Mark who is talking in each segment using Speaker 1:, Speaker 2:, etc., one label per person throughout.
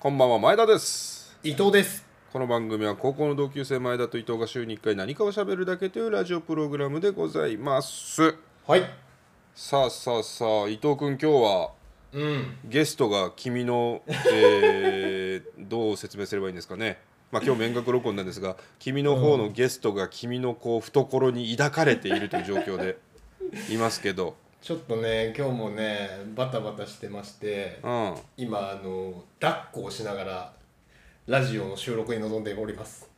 Speaker 1: こんばんは前田です
Speaker 2: 伊藤です
Speaker 1: この番組は高校の同級生前田と伊藤が週に1回何かを喋るだけというラジオプログラムでございます
Speaker 2: はい
Speaker 1: さあさあさあ伊藤君今日は
Speaker 2: うん
Speaker 1: ゲストが君の、えー どう説明すればいいんですかねまあ今日面学録音なんですが君の方のゲストが君のこう懐に抱かれているという状況でいますけど
Speaker 2: ちょっとね今日もねバタバタしてまして
Speaker 1: うん
Speaker 2: 今あの抱っこをしながらラジオの収録に臨んでおります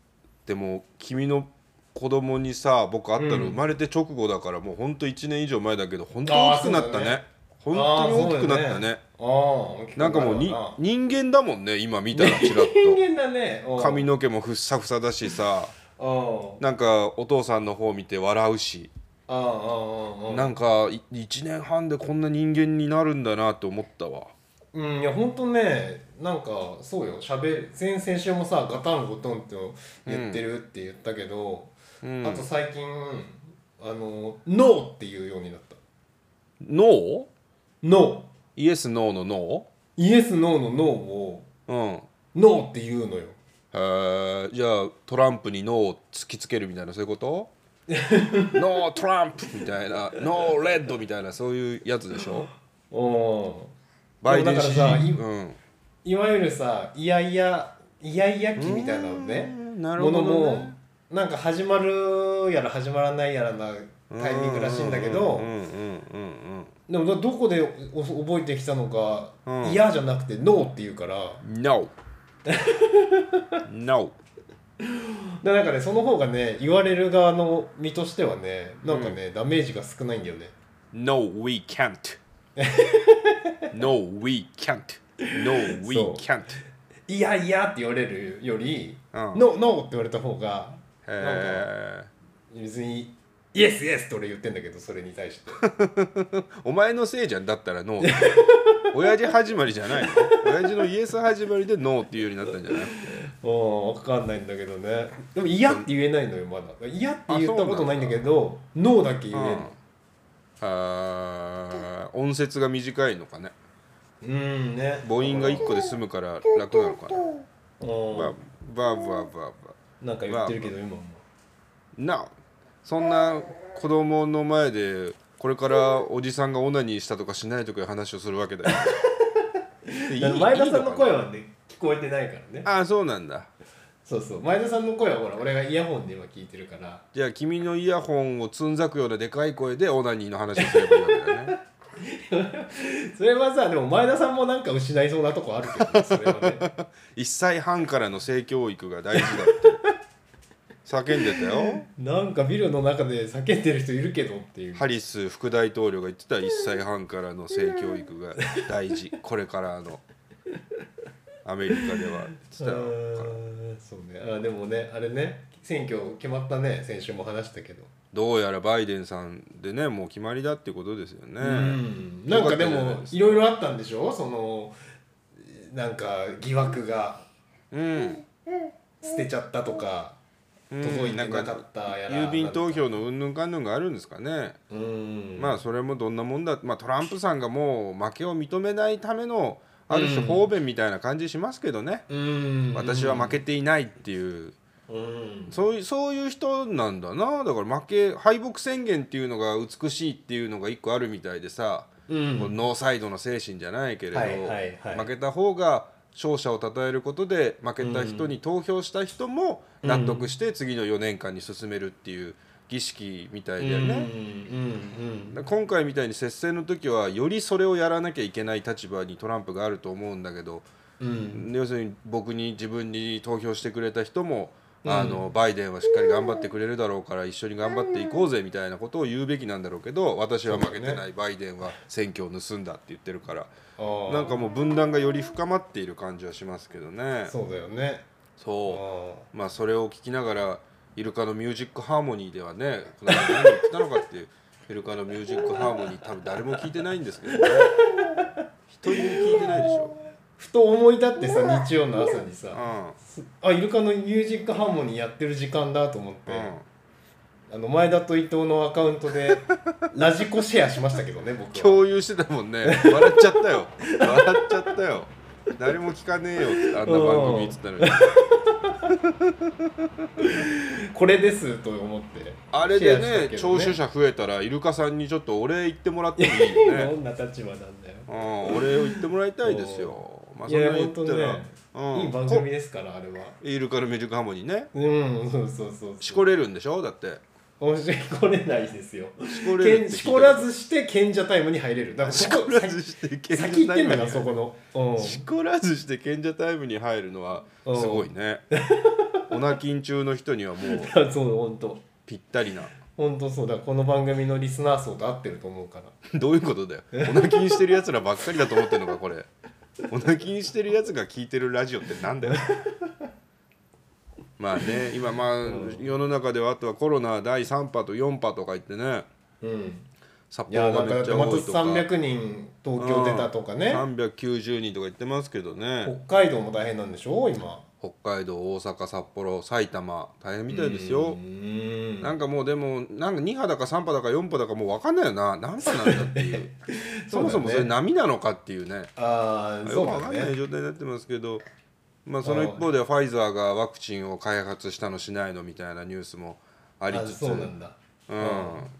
Speaker 1: でも君の子供にさ僕会ったの生まれて直後だから、もうほんと1年以上前だけど本当に大きくなったね本当に大きくなったね
Speaker 2: あーそうだよねあー大きく
Speaker 1: なんかもうに
Speaker 2: なるわ
Speaker 1: 人間だもんね今見たらちらっ
Speaker 2: 人間だね
Speaker 1: と髪
Speaker 2: の
Speaker 1: の毛もふっさふさだしさ
Speaker 2: あー
Speaker 1: なんかお父さんの方見て笑うし、
Speaker 2: あーあーあー
Speaker 1: な
Speaker 2: あー
Speaker 1: んかい1年半でこんな人間になるんだなって思ったわ
Speaker 2: うんいやほんとねなんかそうよしゃべ先々週もさガタンゴトンって言ってるって言ったけど、
Speaker 1: ん
Speaker 2: あと最近あの「ノー」って言うようになった
Speaker 1: 脳
Speaker 2: 「ノー」
Speaker 1: イエスノーの脳
Speaker 2: イエス・ノーのノーを
Speaker 1: うん
Speaker 2: ノーって言うのよ。
Speaker 1: えーじゃあトランプにノーを突きつけるみたいなそういうこと ノートランプみたいなノーレッドみたいなそういうやつでしょ
Speaker 2: うん。
Speaker 1: バイデ
Speaker 2: だ
Speaker 1: ン
Speaker 2: から
Speaker 1: 支
Speaker 2: さ
Speaker 1: 持
Speaker 2: い、
Speaker 1: うん
Speaker 2: いわゆるさ、いやいや、いやいや期みたいなのね、
Speaker 1: うんなるほどね
Speaker 2: ものも、なんか始まるやら始まらないやらなタイミングらしいんだけど
Speaker 1: うん、うんうん
Speaker 2: でもどどこでお覚えてきたのか
Speaker 1: う、ん
Speaker 2: 嫌、じゃなくてノーって言うから、
Speaker 1: うん NO NO
Speaker 2: でなんかね、その方がね、言われる側の身としてはね、なんかね、ダメージが少ないんだよね。
Speaker 1: No, we can't. no, we can't. No, we
Speaker 2: そう
Speaker 1: can't.
Speaker 2: いやいやって言われるより、
Speaker 1: うん
Speaker 2: ノーノーって言われた方がなんか
Speaker 1: え
Speaker 2: 別にイエスイエスって俺言ってんだけどそれに対して
Speaker 1: ー、お前のせいじゃんだったらノ ー親父始まりじゃないの親父のイエス始まりでノーっていうようになったんじゃない
Speaker 2: うん分かんないんだけどねでも嫌って言えないのよまだ嫌って言ったことないんだけどノーだけ言える
Speaker 1: あー音節が短いのかね
Speaker 2: うんね
Speaker 1: 母音が1個で済むから楽なのかな
Speaker 2: うん
Speaker 1: バババババ
Speaker 2: なんか言ってるけど今も
Speaker 1: なそんな子供の前でこれからおじさんがオナニーしたとかしないとかいう話をするわけ だよでいい
Speaker 2: だから前田さん
Speaker 1: いい
Speaker 2: の
Speaker 1: かな
Speaker 2: 声はね聞こえてないからね
Speaker 1: ああそうなんだ
Speaker 2: そうそう前田さんの声はほら俺がイヤホンで今聞いてるから
Speaker 1: じゃあ君のイヤホンをつんざくようなでかい声でオナニーの話をすればいいわけだよね
Speaker 2: それはさでも前田さんもなんか失いそうなとこあるけどねそれはね
Speaker 1: 1歳半からの性教育が大事だって叫んでたよ
Speaker 2: なんかビルの中で叫んでる人いるけどってい う、
Speaker 1: ハリス副大統領が言ってた1歳半からの性教育が大事これからのアメリカでは
Speaker 2: うーんそうねあでもねあれね選挙決まったね先週も話したけど、
Speaker 1: どうやらバイデンさんでねもう決まりだってことですよね、
Speaker 2: うんなんかで
Speaker 1: よかったじゃない
Speaker 2: も
Speaker 1: です
Speaker 2: いろいろあったんでしょそのなんか疑惑が
Speaker 1: うん
Speaker 2: 捨てちゃったとか、届いてなかったやら
Speaker 1: 郵便投票のうんぬんかんぬんがあるんですかね、
Speaker 2: うん
Speaker 1: まあそれもどんなもんだ、まあ、トランプさんがもう負けを認めないためのある種方便みたいな感じしますけどね、
Speaker 2: うん
Speaker 1: 私は負けていないっていう
Speaker 2: うん
Speaker 1: そういうそういう人なんだなだから負け敗北宣言っていうのが美しいっていうのが一個あるみたいでさ、
Speaker 2: うん
Speaker 1: こうノーサイドの精神じゃないけれど、
Speaker 2: はいはいはい
Speaker 1: 負けた方が勝者を称えることで負けた人に投票した人も納得して次の4年間に進めるっていう儀式みたいだよ
Speaker 2: うん
Speaker 1: ね。
Speaker 2: うん
Speaker 1: 今回みたいに接戦の時はよりそれをやらなきゃいけない立場にトランプがあると思うんだけど、
Speaker 2: うんうん
Speaker 1: 要するに僕に自分に投票してくれた人も、あのバイデンはしっかり頑張ってくれるだろうから一緒に頑張っていこうぜみたいなことを言うべきなんだろうけど私は負けてない、バイデンは選挙を盗んだって言ってるから
Speaker 2: あー
Speaker 1: なんかもう分断がより深まっている感じはしますけどね
Speaker 2: そうだよねあ
Speaker 1: そ
Speaker 2: ー
Speaker 1: うまあそれを聞きながらイルカのミュージックハーモニーではねこの間何を言ってたのかっていう イルカのミュージックハーモニー多分誰も聞いてないんですけどね一人も聞いてないでしょ
Speaker 2: ふと思い立ってさ日曜の朝にさ、
Speaker 1: うん
Speaker 2: あイルカのミュージックハーモニーやってる時間だと思って、
Speaker 1: うん
Speaker 2: あの前田と伊藤のアカウントでラジコシェアしましたけどね僕は
Speaker 1: 共有してたもんね笑っちゃったよ笑っちゃったよ誰も聞かねえよってあんな番組っつったのに
Speaker 2: これですと思って
Speaker 1: あれで
Speaker 2: シェアした
Speaker 1: ね
Speaker 2: けど
Speaker 1: 聴取者増えたらイルカさんにちょっとお礼言ってもらってもいい よね
Speaker 2: どんな立場なんだよ
Speaker 1: うん、お礼を言ってもらいたいですよ。まあ、
Speaker 2: い
Speaker 1: そん
Speaker 2: や
Speaker 1: な言
Speaker 2: 本
Speaker 1: った
Speaker 2: 当
Speaker 1: ら、
Speaker 2: ね
Speaker 1: うん、
Speaker 2: いい番組ですからあれは
Speaker 1: こイルカのミルクハーモニーね。
Speaker 2: うんそうそうそうそう
Speaker 1: しこれるんでしょだって。
Speaker 2: 面白いこれないですよ
Speaker 1: しこれる
Speaker 2: け
Speaker 1: って聞
Speaker 2: ん
Speaker 1: いた
Speaker 2: しこらずして賢者タイムに入れるだから
Speaker 1: し
Speaker 2: そ
Speaker 1: こ
Speaker 2: こ
Speaker 1: らずして賢
Speaker 2: 先
Speaker 1: 者タイム
Speaker 2: 先
Speaker 1: に
Speaker 2: 行ってんだからそこのうん
Speaker 1: しこらずして賢者タイムに入るのはす
Speaker 2: うん
Speaker 1: ごいね。オナキン中の人にはもう
Speaker 2: だからそう本当
Speaker 1: ぴったりな。
Speaker 2: 本当そうだこの番組のリスナー層と合ってると思うから
Speaker 1: どういうことだよ。オナキンしてるやつらばっかりだと思ってんのかこれ。オナキンしてるやつが聞いてるラジオってなんだよ。まあね今まあ世の中ではあとはコロナ第3波と4波とか言ってね
Speaker 2: うん
Speaker 1: 札
Speaker 2: いや
Speaker 1: 幌が
Speaker 2: なんか
Speaker 1: め
Speaker 2: だ
Speaker 1: っち
Speaker 2: って
Speaker 1: ゃ
Speaker 2: また
Speaker 1: 多いとか
Speaker 2: 300人東京出たとかね
Speaker 1: 390人とか言ってますけどね
Speaker 2: 北海道も大変なんでしょ今
Speaker 1: 北海道大阪札幌埼玉大変みたいですよ
Speaker 2: うん
Speaker 1: なんかもうでもなんか2波だか3波だか4波だかもう分かんないよな何波なんだっていう そもそもそれ波なのかっていうね
Speaker 2: ああそ
Speaker 1: よ
Speaker 2: う
Speaker 1: く分
Speaker 2: だ
Speaker 1: かんない
Speaker 2: ね
Speaker 1: 状態になってますけど、まあ、その一方ではファイザーがワクチンを開発したのしないのみたいなニュースもあり
Speaker 2: あ
Speaker 1: つつ
Speaker 2: そうなんだ
Speaker 1: う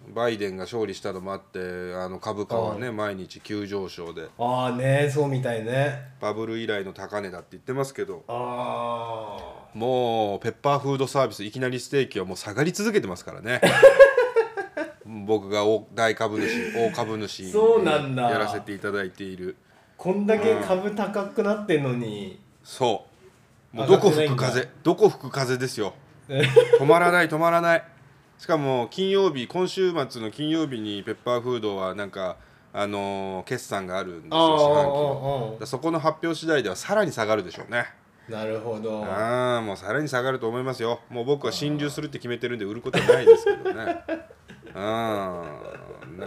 Speaker 1: ん、バイデンが勝利したのもあってあの株価はね毎日急上昇で
Speaker 2: ああねそうみたいね
Speaker 1: バブル以来の高値だって言ってますけど
Speaker 2: ああ
Speaker 1: もうペッパーフードサービスいきなりステーキはもう下がり続けてますから ね僕が大大株主大株主に
Speaker 2: そうなんだ
Speaker 1: やらせていただいている
Speaker 2: こんだけ株高くなってんのに
Speaker 1: そうもうどこ吹
Speaker 2: 上
Speaker 1: く
Speaker 2: がってないんだ
Speaker 1: 風どこ吹く風です よ止まらない止まらないしかも金曜日今週末の金曜日にペッパーフードはなんかあのー決算があるんです
Speaker 2: あああ
Speaker 1: よ四半期の
Speaker 2: あ
Speaker 1: だからそこの発表次第ではさらに下がるでしょうね
Speaker 2: あなるほど
Speaker 1: ああもうさらに下がると思いますよもう僕は心中するって決めてるんで売ることはないですけどねうんだからもう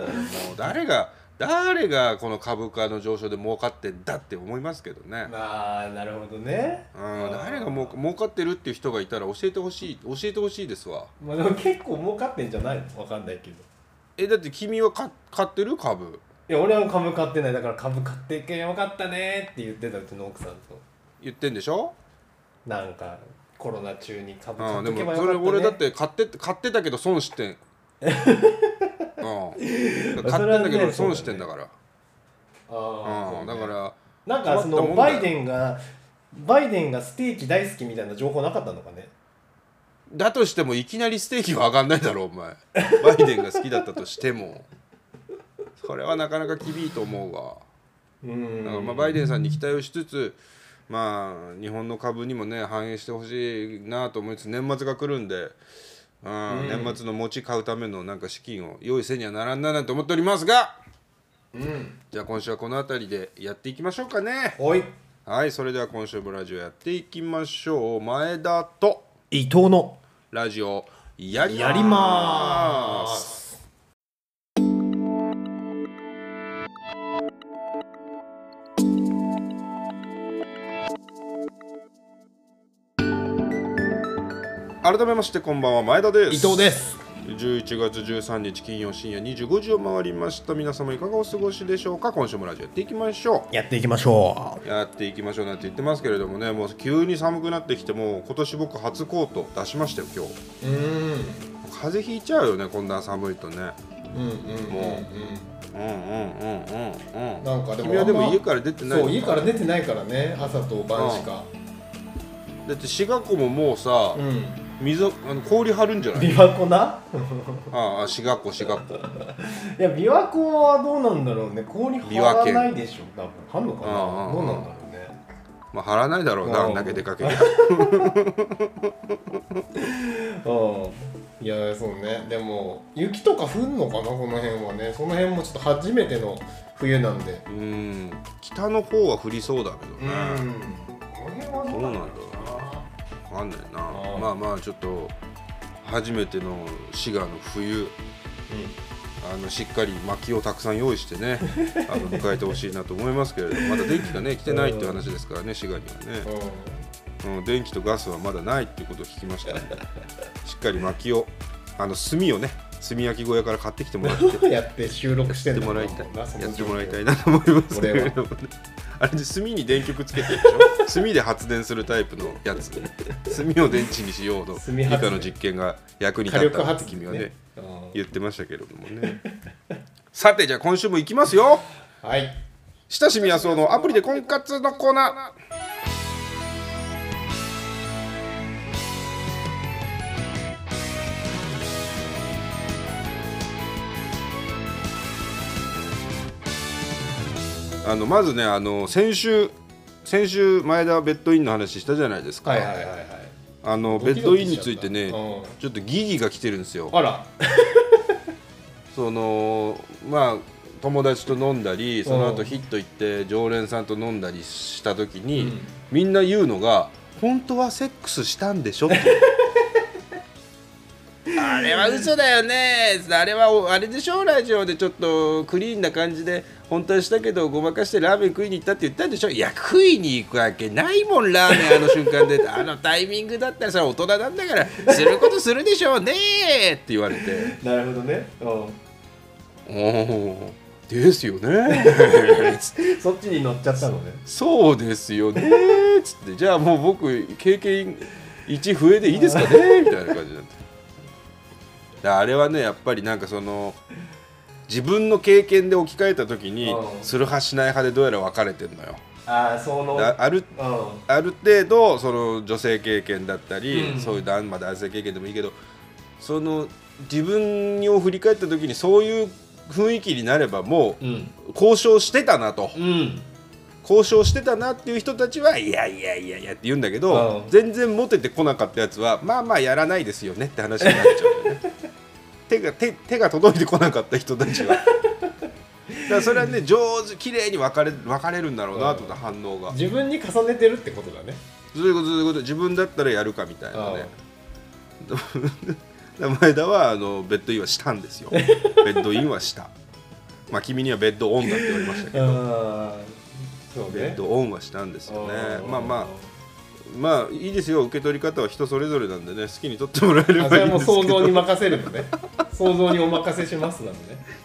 Speaker 1: 誰が誰がこの株価の上昇で儲かってんだって思いますけどね
Speaker 2: ああなるほどね
Speaker 1: うん誰がもう儲かってるっていう人がいたら教えてほしい教えてほしいですわ
Speaker 2: まあでも結構儲かってんじゃないのわかんないけど
Speaker 1: えだって君はか買ってる株
Speaker 2: いや俺は株買ってないだから株買ってけよかったねって言ってたうちの奥さんと
Speaker 1: 言ってんでしょ、
Speaker 2: なんかコロナ中に株買
Speaker 1: う
Speaker 2: っ
Speaker 1: ん、で
Speaker 2: とけば
Speaker 1: も
Speaker 2: よか
Speaker 1: そ
Speaker 2: った
Speaker 1: れ
Speaker 2: ね
Speaker 1: 俺だって買って買ってたけど損して ん、うん、買ってんだけど損してんだから
Speaker 2: ああ、
Speaker 1: うん、だから
Speaker 2: なん
Speaker 1: 困っ
Speaker 2: かそ
Speaker 1: たも
Speaker 2: の
Speaker 1: んだ
Speaker 2: バ
Speaker 1: よ
Speaker 2: イデンがバイデンがステーキ大好きみたいな情報なかったのかね
Speaker 1: だとしてもいきなりステーキは上がんないだろお前バイデンが好きだったとしてもそれはなかなか厳しいと思うわ
Speaker 2: う
Speaker 1: だから
Speaker 2: ん
Speaker 1: まあバイデンさんに期待をしつつまあ日本の株にもね反映してほしいなと思いつつ年末が来るんで、うん、年末の餅買うためのなんか資金を用意せにはならんななんて思っておりますが
Speaker 2: うん
Speaker 1: じゃあ今週はこの辺りでやっていきましょうかね
Speaker 2: おい
Speaker 1: はいそれでは今週もラジオやっていきましょう前田と
Speaker 2: 伊藤の
Speaker 1: ラジオやり
Speaker 2: やりまー
Speaker 1: す
Speaker 2: す
Speaker 1: 改めましてこんばんは前田です
Speaker 2: 伊藤です
Speaker 1: 11月13日金曜深夜25時を回りました皆様いかがお過ごしでしょうか今週もラジオやっていきましょ
Speaker 2: やっていきましょ
Speaker 1: うやっていきましょうなんて言ってますけれどもねもう急に寒くなってきてもう今年僕初コート出しましたよ今日
Speaker 2: ううん
Speaker 1: 風邪ひいちゃうよねこんな寒いとね
Speaker 2: うんうんうん
Speaker 1: も
Speaker 2: うん
Speaker 1: うんうんうんうんうん
Speaker 2: なんかでも
Speaker 1: 君はで
Speaker 2: あん
Speaker 1: も
Speaker 2: ま
Speaker 1: 家から出てない
Speaker 2: そう家から出てないからね朝と晩しか
Speaker 1: だって滋賀湖ももうさ、
Speaker 2: うん
Speaker 1: 水あの氷張るんじゃない
Speaker 2: 琵琶湖な
Speaker 1: ああ滋賀湖滋賀湖
Speaker 2: いや琵琶湖はどうなんだろうね氷張らないでしょ多分張るのかな
Speaker 1: うんうんう
Speaker 2: どうんなんだろうね
Speaker 1: まあ張らないだろうな
Speaker 2: ああ
Speaker 1: あんだけ出かけて
Speaker 2: うんいやそうねでも雪とか降んのかなこの辺はねその辺もちょっと初めての冬なんで
Speaker 1: うん北の方は降りそうだけど
Speaker 2: うん
Speaker 1: ね、
Speaker 2: この辺はどうなんだろ
Speaker 1: わかんないな
Speaker 2: あー
Speaker 1: まあまあちょっと初めての滋賀の冬あのしっかり薪をたくさん用意してね あの迎えてほしいなと思いますけれどもまだ電気がね来てないっていう話ですからね滋賀には
Speaker 2: う
Speaker 1: ね、
Speaker 2: なうんうん
Speaker 1: うん、電気とガスはまだないっていうことを聞きましたのでしっかり薪をあの炭をね炭焼き小屋から買ってきてもらって
Speaker 2: どうやって収録して
Speaker 1: やっ
Speaker 2: ん
Speaker 1: て
Speaker 2: だ
Speaker 1: も
Speaker 2: ろう
Speaker 1: ら
Speaker 2: ない
Speaker 1: たい
Speaker 2: その
Speaker 1: やって
Speaker 2: 状況
Speaker 1: もらいたいなと思いますけれどもねあれで炭に電極つけてるでしょ炭で発電するタイプのやつ炭を電池にしようの
Speaker 2: 炭
Speaker 1: 理
Speaker 2: 発電
Speaker 1: 科の実験が役に
Speaker 2: 火
Speaker 1: 立っ
Speaker 2: 力
Speaker 1: たって
Speaker 2: 発
Speaker 1: 君
Speaker 2: 電
Speaker 1: は
Speaker 2: ね
Speaker 1: ね
Speaker 2: うん
Speaker 1: 言ってましたけれどもねさてじゃあ今週も行きますよ
Speaker 2: はい
Speaker 1: 親しみやそうのアプリで婚活のコーナーあのまずねあの先週先週前田ベッドインの話したじゃないですか、
Speaker 2: はいはいはいはい
Speaker 1: あの
Speaker 2: ド
Speaker 1: ベ
Speaker 2: キ
Speaker 1: ッド
Speaker 2: ド
Speaker 1: イ
Speaker 2: キ
Speaker 1: ンに
Speaker 2: しちゃった
Speaker 1: ついてね、
Speaker 2: うん
Speaker 1: ちょっと疑義が来てるんですよ
Speaker 2: あら
Speaker 1: そのまあ友達と飲んだりその後
Speaker 2: うん
Speaker 1: ヒット行って常連さんと飲んだりした時に、
Speaker 2: うん
Speaker 1: みんな言うのが「本当はセックスしたんでしょ?」って あれは嘘だよねあれはおあれでしょラジオでちょっとクリーンな感じで本当はしたけどごまかしてラーメン食いに行ったって言ったんでしょいや食いに行くわけないもんラーメンあの瞬間で あのタイミングだったらさ大人なんだからすることするでしょうねって言われて。
Speaker 2: なるほどね
Speaker 1: おーですよ ね
Speaker 2: うんそっちに乗っちゃったのね
Speaker 1: そうですよねつってじゃあもう僕経験1増えでいいですか ねみたいな感じになってだからあれはねやっぱりなんかその自分の経験で置き換えた時に
Speaker 2: うん
Speaker 1: する派しない派でどうやら分かれてんのよ
Speaker 2: ああその
Speaker 1: だある
Speaker 2: うん
Speaker 1: ある程度その女性経験だったり、
Speaker 2: うん
Speaker 1: そういう男,、まあ、男性経験でもいいけどその自分を振り返った時にそういう雰囲気になればもう
Speaker 2: うん
Speaker 1: 交渉してたなと
Speaker 2: うん
Speaker 1: 交渉してたなっていう人たちはいやいやいやいやって言うんだけど、
Speaker 2: うん
Speaker 1: 全然モテてこなかったやつはまあまあやらないですよねって話になっちゃうんだよね手が手手が届いてこなかった人たちはだからそれはね上手綺麗に分かれ分かれるんだろうなと思った反応が、
Speaker 2: 自分に重ねてるってことだね
Speaker 1: そういうことそういうこと自分だったらやるかみたいなね
Speaker 2: う
Speaker 1: だから前田はあのベッドインはしたん ですよベッドインはしたまあ君にはベッドオンだって言われましたけど
Speaker 2: あーそう
Speaker 1: ベッ
Speaker 2: ね
Speaker 1: ドオンはしたんですよね
Speaker 2: うん
Speaker 1: まあまあまあいいですよ受け取り方は人それぞれなんでね好きに取ってもらえれ
Speaker 2: あそ
Speaker 1: ばい
Speaker 2: れ
Speaker 1: いんで
Speaker 2: も
Speaker 1: すけ
Speaker 2: 想像
Speaker 1: ど
Speaker 2: に任せるのね想像にお任せしますなのね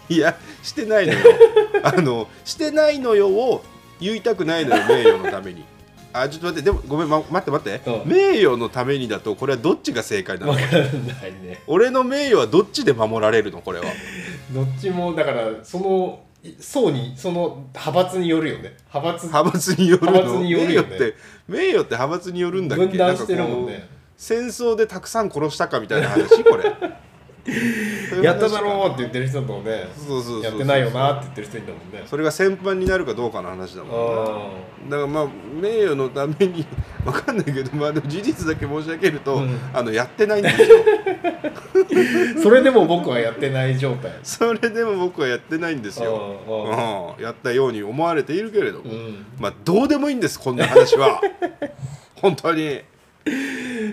Speaker 1: いやしてないのよ あのしてないのよを言いたくないのよ名誉のためにあちょっと待ってでもごめん、ま、待って待って
Speaker 2: うん
Speaker 1: 名誉のためにだとこれはどっちが正解なの
Speaker 2: 分からないね
Speaker 1: 俺の名誉はどっちで守られるのこれ は
Speaker 2: どっちもだからその層にその派閥によるよね派閥
Speaker 1: 派閥によるの
Speaker 2: 派閥によるよね
Speaker 1: 名誉って名誉って派閥によるんだっけ
Speaker 2: 分断してるもん
Speaker 1: なか
Speaker 2: ね
Speaker 1: こう戦争でたくさん殺したかみたいな話これそういう話か
Speaker 2: やっただろうって言ってる人とね
Speaker 1: そうそうそうそう
Speaker 2: やってないよなって言ってる人いるんだもんね
Speaker 1: それが戦犯になるかどうかの話だもんね
Speaker 2: あ
Speaker 1: だからまあ名誉のために わかんないけどまあでも事実だけ申し上げると、
Speaker 2: うん
Speaker 1: あのやってないんですよ
Speaker 2: ーそれでも僕はやってない状態
Speaker 1: それでも僕はやってないんですよ、
Speaker 2: あ
Speaker 1: うん、やったように思われているけれど
Speaker 2: ーう
Speaker 1: も、
Speaker 2: ん
Speaker 1: まあどうでもいいんですこんな話 は本当に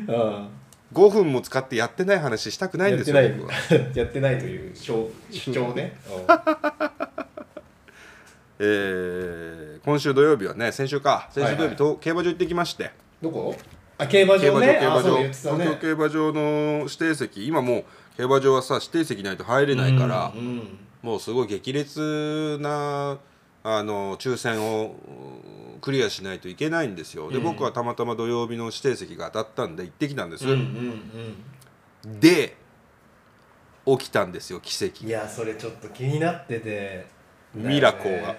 Speaker 2: あ
Speaker 1: 5分も使ってやってない話したく
Speaker 2: ー
Speaker 1: ないん
Speaker 2: やっ
Speaker 1: です
Speaker 2: て
Speaker 1: よ
Speaker 2: ない
Speaker 1: 僕は
Speaker 2: やってないという主主張ねあ
Speaker 1: えー今週土曜日はね先週か先週土曜日、
Speaker 2: は
Speaker 1: と競馬場行ってきまして
Speaker 2: ーどこあ競馬
Speaker 1: 競
Speaker 2: 場
Speaker 1: 馬場、
Speaker 2: ね
Speaker 1: 競馬
Speaker 2: あそう
Speaker 1: 場、
Speaker 2: 言ってた
Speaker 1: 東
Speaker 2: ね
Speaker 1: 京競馬場の指定席今もう競馬場はさ指定席ないと入れないから、
Speaker 2: うんうん
Speaker 1: もうすごい激烈なあの抽選をうんクリアしないといけないんですよで、
Speaker 2: うん
Speaker 1: 僕はたまたま土曜日の指定席が当たったんで行ってきたんです、
Speaker 2: うんうん
Speaker 1: で起きたんですよ奇跡
Speaker 2: うんいやそれちょっと気になってて
Speaker 1: ミラコーが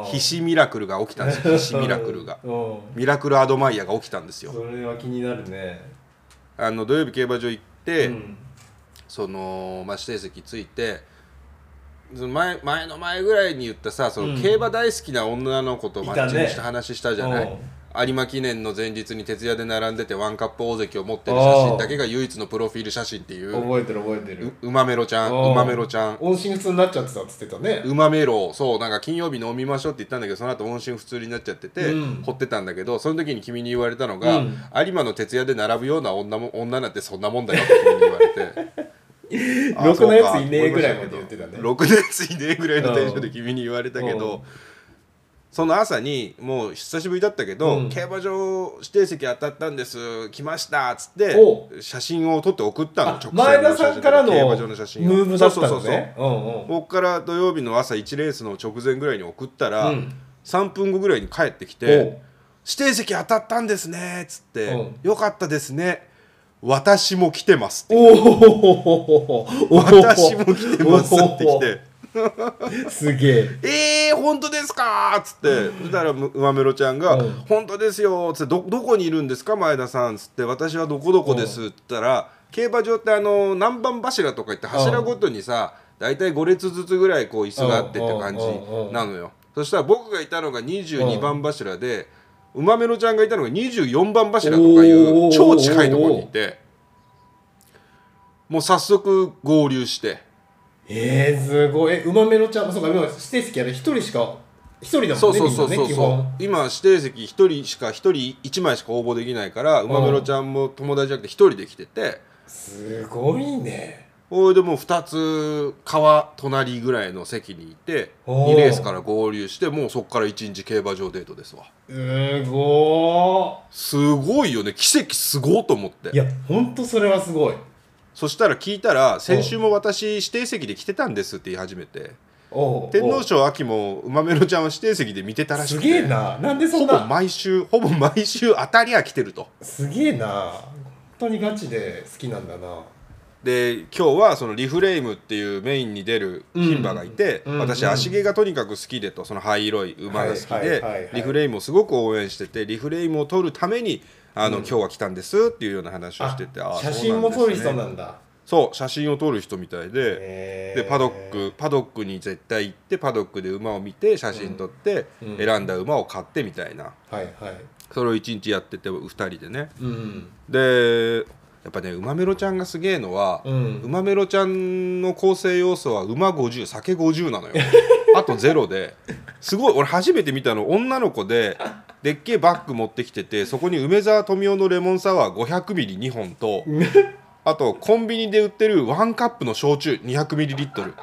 Speaker 2: が
Speaker 1: 必死ミラクルが起きたんですよ 必死ミラクルが
Speaker 2: うん
Speaker 1: ミラクルアドマイヤが起きたんですよ
Speaker 2: それは気になるね
Speaker 1: あの土曜日競馬場行って、
Speaker 2: うん
Speaker 1: その、まあ、指定席ついてその前前の前ぐらいに言ったさその
Speaker 2: うん
Speaker 1: 競馬大好きな女の子とマッチン
Speaker 2: いた
Speaker 1: グ
Speaker 2: ね
Speaker 1: した話したじゃない、有馬記念の前日に徹夜で並んでてワンカップ大関を持ってる写真だけが唯一のプロフィール写真っていう
Speaker 2: 覚えてる覚えてる
Speaker 1: うまめろちゃん
Speaker 2: おう
Speaker 1: うまめろちゃん
Speaker 2: 音信不通になっちゃってたっつってたね
Speaker 1: うまめろそうなんか金曜日飲みましょうって言ったんだけどその後音信不通になっちゃってて、
Speaker 2: うん
Speaker 1: 掘ってたんだけどその時に君に言われたのが、
Speaker 2: うん
Speaker 1: 有馬の徹夜で並ぶような女も女なんてそんなもんだよって君に言われて。 あ
Speaker 2: ろくなやついねえぐらいまで言ってたね
Speaker 1: ろくなやついねえぐらいのテンションで君に言われたけ
Speaker 2: うん
Speaker 1: どその朝にもう久しぶりだったけど、
Speaker 2: うん
Speaker 1: 競馬場指定席当たったんです来ましたっつって
Speaker 2: お
Speaker 1: 写真を撮って送ったの
Speaker 2: あ
Speaker 1: 直線の
Speaker 2: 前田さんからの
Speaker 1: 競
Speaker 2: ム
Speaker 1: 馬場の写真を
Speaker 2: ーブだった
Speaker 1: そ
Speaker 2: の
Speaker 1: うそうそうそう
Speaker 2: ねうんうん
Speaker 1: 僕から土曜日の朝1レースの直前ぐらいに送ったら、
Speaker 2: うん
Speaker 1: 3分後ぐらいに帰ってき
Speaker 2: お
Speaker 1: て「指定席当たったんですね」っつって
Speaker 2: うん
Speaker 1: 「よかったですね私も来てます」って
Speaker 2: おお
Speaker 1: 「私も来てます」って来て。
Speaker 2: すげえ
Speaker 1: えー、本当ですかっつってそしたらむまめろちゃんが
Speaker 2: うん
Speaker 1: 「本当ですよ」っつってど「どこにいるんですか前田さん」っつって「私はどこどこです」って言ったら競馬場ってあの南蛮柱とか言って柱ごとにさ大体5列ずつぐらいこう椅子があってって感じなのよそしたら僕がいたのが22番柱でうまめろちゃんがいたのが24番柱とかい
Speaker 2: お
Speaker 1: う
Speaker 2: ー
Speaker 1: 超近いところにいてもう早速合流して。
Speaker 2: えー、すごいえうまめろちゃんそうか今指定席あれ一人しか一人だもんね
Speaker 1: そうそうそう
Speaker 2: みん
Speaker 1: そ
Speaker 2: な
Speaker 1: う
Speaker 2: ね基
Speaker 1: そう
Speaker 2: 本
Speaker 1: 今指定席一人しか一人一枚しか応募できないから馬めろちゃんも友達じゃなくて一人で来てて
Speaker 2: すごいね
Speaker 1: おいでもう2つ川隣ぐらいの席にいて
Speaker 2: おー
Speaker 1: 2レースから合流してもうそこから1日競馬場デートですわ
Speaker 2: すご
Speaker 1: すごいよね奇跡すごいと思っ
Speaker 2: ーい
Speaker 1: て
Speaker 2: やほんとそれはすごい
Speaker 1: そしたら聞いたら先週も私指定席で来てたんですって言い始めて
Speaker 2: おう
Speaker 1: 天皇賞秋も馬めろちゃんは指定席で見てた
Speaker 2: おう
Speaker 1: らし
Speaker 2: す
Speaker 1: く
Speaker 2: げえ
Speaker 1: て
Speaker 2: ななんでそん
Speaker 1: ほぼ
Speaker 2: な
Speaker 1: 毎週ほぼ毎週当たりは来てると。
Speaker 2: すげえな本当にガチで好きなんだな
Speaker 1: で今日はそのリフレームっていうメインに出る牝馬がいて、
Speaker 2: うんうん
Speaker 1: 私
Speaker 2: うん
Speaker 1: 足毛がとにかく好きでとその灰色い馬が好き
Speaker 2: はいはいはい
Speaker 1: で
Speaker 2: はい
Speaker 1: リフレームをすごく応援しててリフレームを取るためにあの、今日は来たんですっていうような話をしててあ
Speaker 2: あ
Speaker 1: ー
Speaker 2: 写真も撮る
Speaker 1: そ
Speaker 2: 人
Speaker 1: うなんですね
Speaker 2: なんだ
Speaker 1: そう写真を撮る人みたいで、
Speaker 2: へー
Speaker 1: でパドックパドックに絶対行ってパドックで馬を見て写真撮って、
Speaker 2: うんうん
Speaker 1: 選んだ馬を買ってみたいな
Speaker 2: はいはい
Speaker 1: それを一日やってて2人でね
Speaker 2: うん
Speaker 1: でやっぱね馬メロちゃんがすげえのは、
Speaker 2: うん
Speaker 1: 馬メロちゃんの構成要素は馬50酒50なのよ あとゼロですごい俺初めて見たの女の子ででっけえバッグ持ってきててそこに梅沢富美男のレモンサワー500ミリ2本とあとコンビニで売ってるワンカップの焼酎200ミリリットル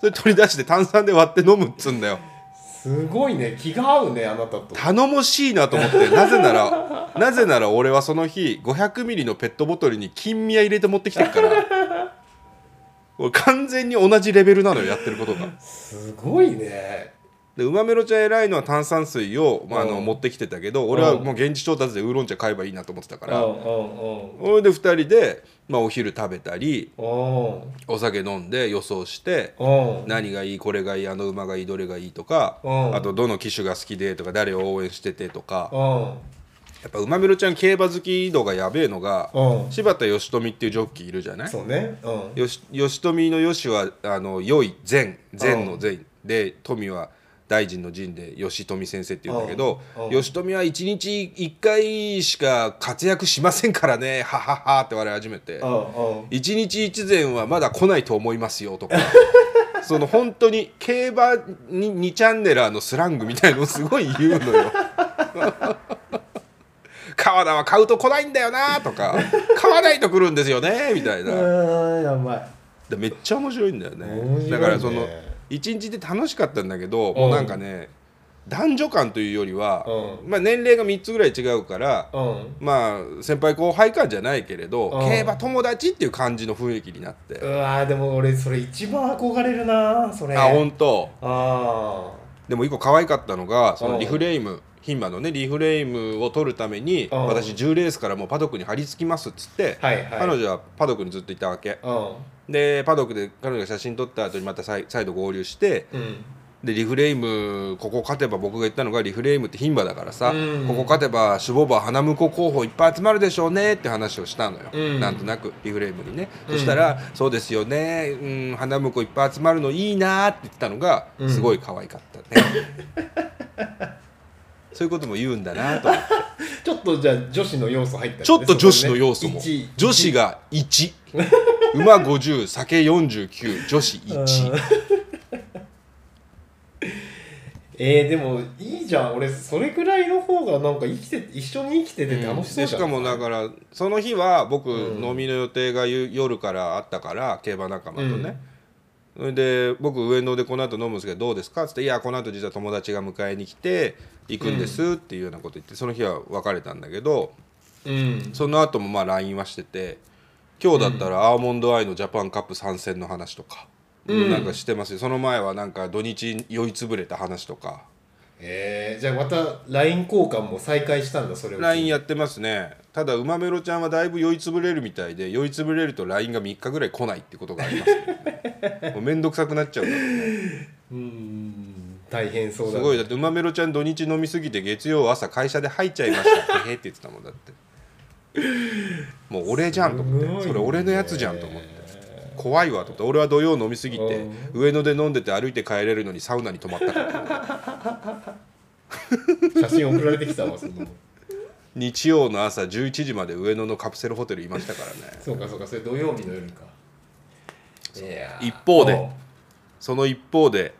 Speaker 1: それ取り出して炭酸で割って飲むっつうんだよ
Speaker 2: すごいね気が合うねあなたと
Speaker 1: 頼もしいなと思ってなぜな らなぜなら俺はその日500ミリのペットボトルに金宮入れて持ってきてるから俺完全に同じレベルなのよやってることが
Speaker 2: すごいね
Speaker 1: でうまめろちゃん偉いのは炭酸水を、まあ、あの
Speaker 2: うん
Speaker 1: 持ってきてたけど俺は
Speaker 2: うん
Speaker 1: もう現地調達でウーロン茶買えばいいなと思ってたか
Speaker 2: うん
Speaker 1: ら
Speaker 2: うん
Speaker 1: それで2人で、まあ、お昼食べたり
Speaker 2: うん
Speaker 1: お酒飲んで予想して
Speaker 2: うんうん
Speaker 1: 何がいいこれがいいあの馬がいいどれがいいとか
Speaker 2: うん
Speaker 1: あとどの騎手が好きでとか誰を応援しててとか
Speaker 2: うん
Speaker 1: やっぱ馬めろちゃん競馬好き度がやべえのが
Speaker 2: うん
Speaker 1: 柴田義富っていうジョッキーいるじゃない
Speaker 2: そうねうん
Speaker 1: よし義富の義はあの良い善善の善で富は大臣の陣で義富先生って言うんだけど
Speaker 2: うんうん
Speaker 1: 義富は1日1回しか活躍しませんからねはははって笑い始めて
Speaker 2: うんうん
Speaker 1: 1日1善はまだ来ないと思いますよと かその本当に競馬に2チャンネラーのスラングみたいのをすごい言うのよ。 川田は買うと来ないんだよなとか買わないと来るんですよねみたいな
Speaker 2: うんやばい
Speaker 1: でめっちゃ面白いんだよね
Speaker 2: 面白いね
Speaker 1: だからその一日で楽しかったんだけど、もうなんかね男女間というよりは、
Speaker 2: う
Speaker 1: まあ、年齢が3つぐらい違うから、
Speaker 2: うん
Speaker 1: まあ先輩後輩間じゃないけれど、
Speaker 2: うん
Speaker 1: 競馬友達っていう感じの雰囲気になって、
Speaker 2: うわーでも俺それ一番憧れるなそれ
Speaker 1: あ本当
Speaker 2: あ
Speaker 1: でも一個可愛かったのがその
Speaker 2: うん
Speaker 1: リフレーム牝馬のねリフレームを取るために
Speaker 2: うん
Speaker 1: 私10レースからもうパドックに張り付きますっつって、
Speaker 2: はいはい
Speaker 1: 彼女はパドックにずっといたわけ
Speaker 2: ー
Speaker 1: でパドックで彼女が写真撮った後にまた再再度合流して
Speaker 2: うんうん
Speaker 1: でリフレームここ勝てば僕が言ったのがリフレームって牝馬だからさ、
Speaker 2: うん
Speaker 1: ここ勝てば種牡馬花婿候補いっぱい集まるでしょうねって話をしたのよ、
Speaker 2: うん
Speaker 1: なんとなくリフレームにね、
Speaker 2: うん
Speaker 1: そしたら「そうですよね、うん、花婿いっぱい集まるのいいな」って言ってたのが
Speaker 2: うん
Speaker 1: すごい可愛かったね、 そういうことも言うんだなと思って
Speaker 2: ちょっとじゃあ女子の要素入った ね
Speaker 1: ちょっと女子の要素も、
Speaker 2: そこにね一
Speaker 1: 女子が1馬50酒49女子1、
Speaker 2: うんえー、でもいいじゃん俺それくらいの方がなんか生きて一緒に生きてて楽しそ
Speaker 1: で
Speaker 2: うじゃん
Speaker 1: しかもだからその日は僕
Speaker 2: うん
Speaker 1: 飲みの予定がゆ夜からあったから競馬仲間とね、それで僕上野でこの後飲むんですけどどうですかっつって「いやこの後実は友達が迎えに来て行くんです」っていうようなこと言ってその日は別れたんだけど
Speaker 2: うん
Speaker 1: その後もまあ LINE はしてて今日だったらアーモンドアイのジャパンカップ参戦の話とか、
Speaker 2: うん
Speaker 1: なんかしてますよその前はなんか土日酔いつぶれた話とか
Speaker 2: えー、じゃあまた LINE 交換も再開したんだそれを
Speaker 1: LINE やってますねただ馬メロちゃんはだいぶ酔いつぶれるみたいで酔いつぶれると LINE が3日ぐらい来ないってことがありますけど ねもう面倒くさくなっちゃうから
Speaker 2: うーん大変そうだ、
Speaker 1: す
Speaker 2: ね、
Speaker 1: ごいだって馬メロちゃん土日飲みすぎて月曜朝会社で入っちゃいましたってへへって言ってたもんだってもう俺じゃんと思って、
Speaker 2: すごいね
Speaker 1: それ俺のやつじゃんと思って怖いわと思って俺は土曜飲みすぎて上野で飲んでて歩いて帰れるのにサウナに泊まったから
Speaker 2: 写真送られてきたわその
Speaker 1: 日曜の朝11時まで上野のカプセルホテルいましたからね
Speaker 2: そうかそうかそれ土曜日の夜かいやー
Speaker 1: 一方で
Speaker 2: お
Speaker 1: その一方で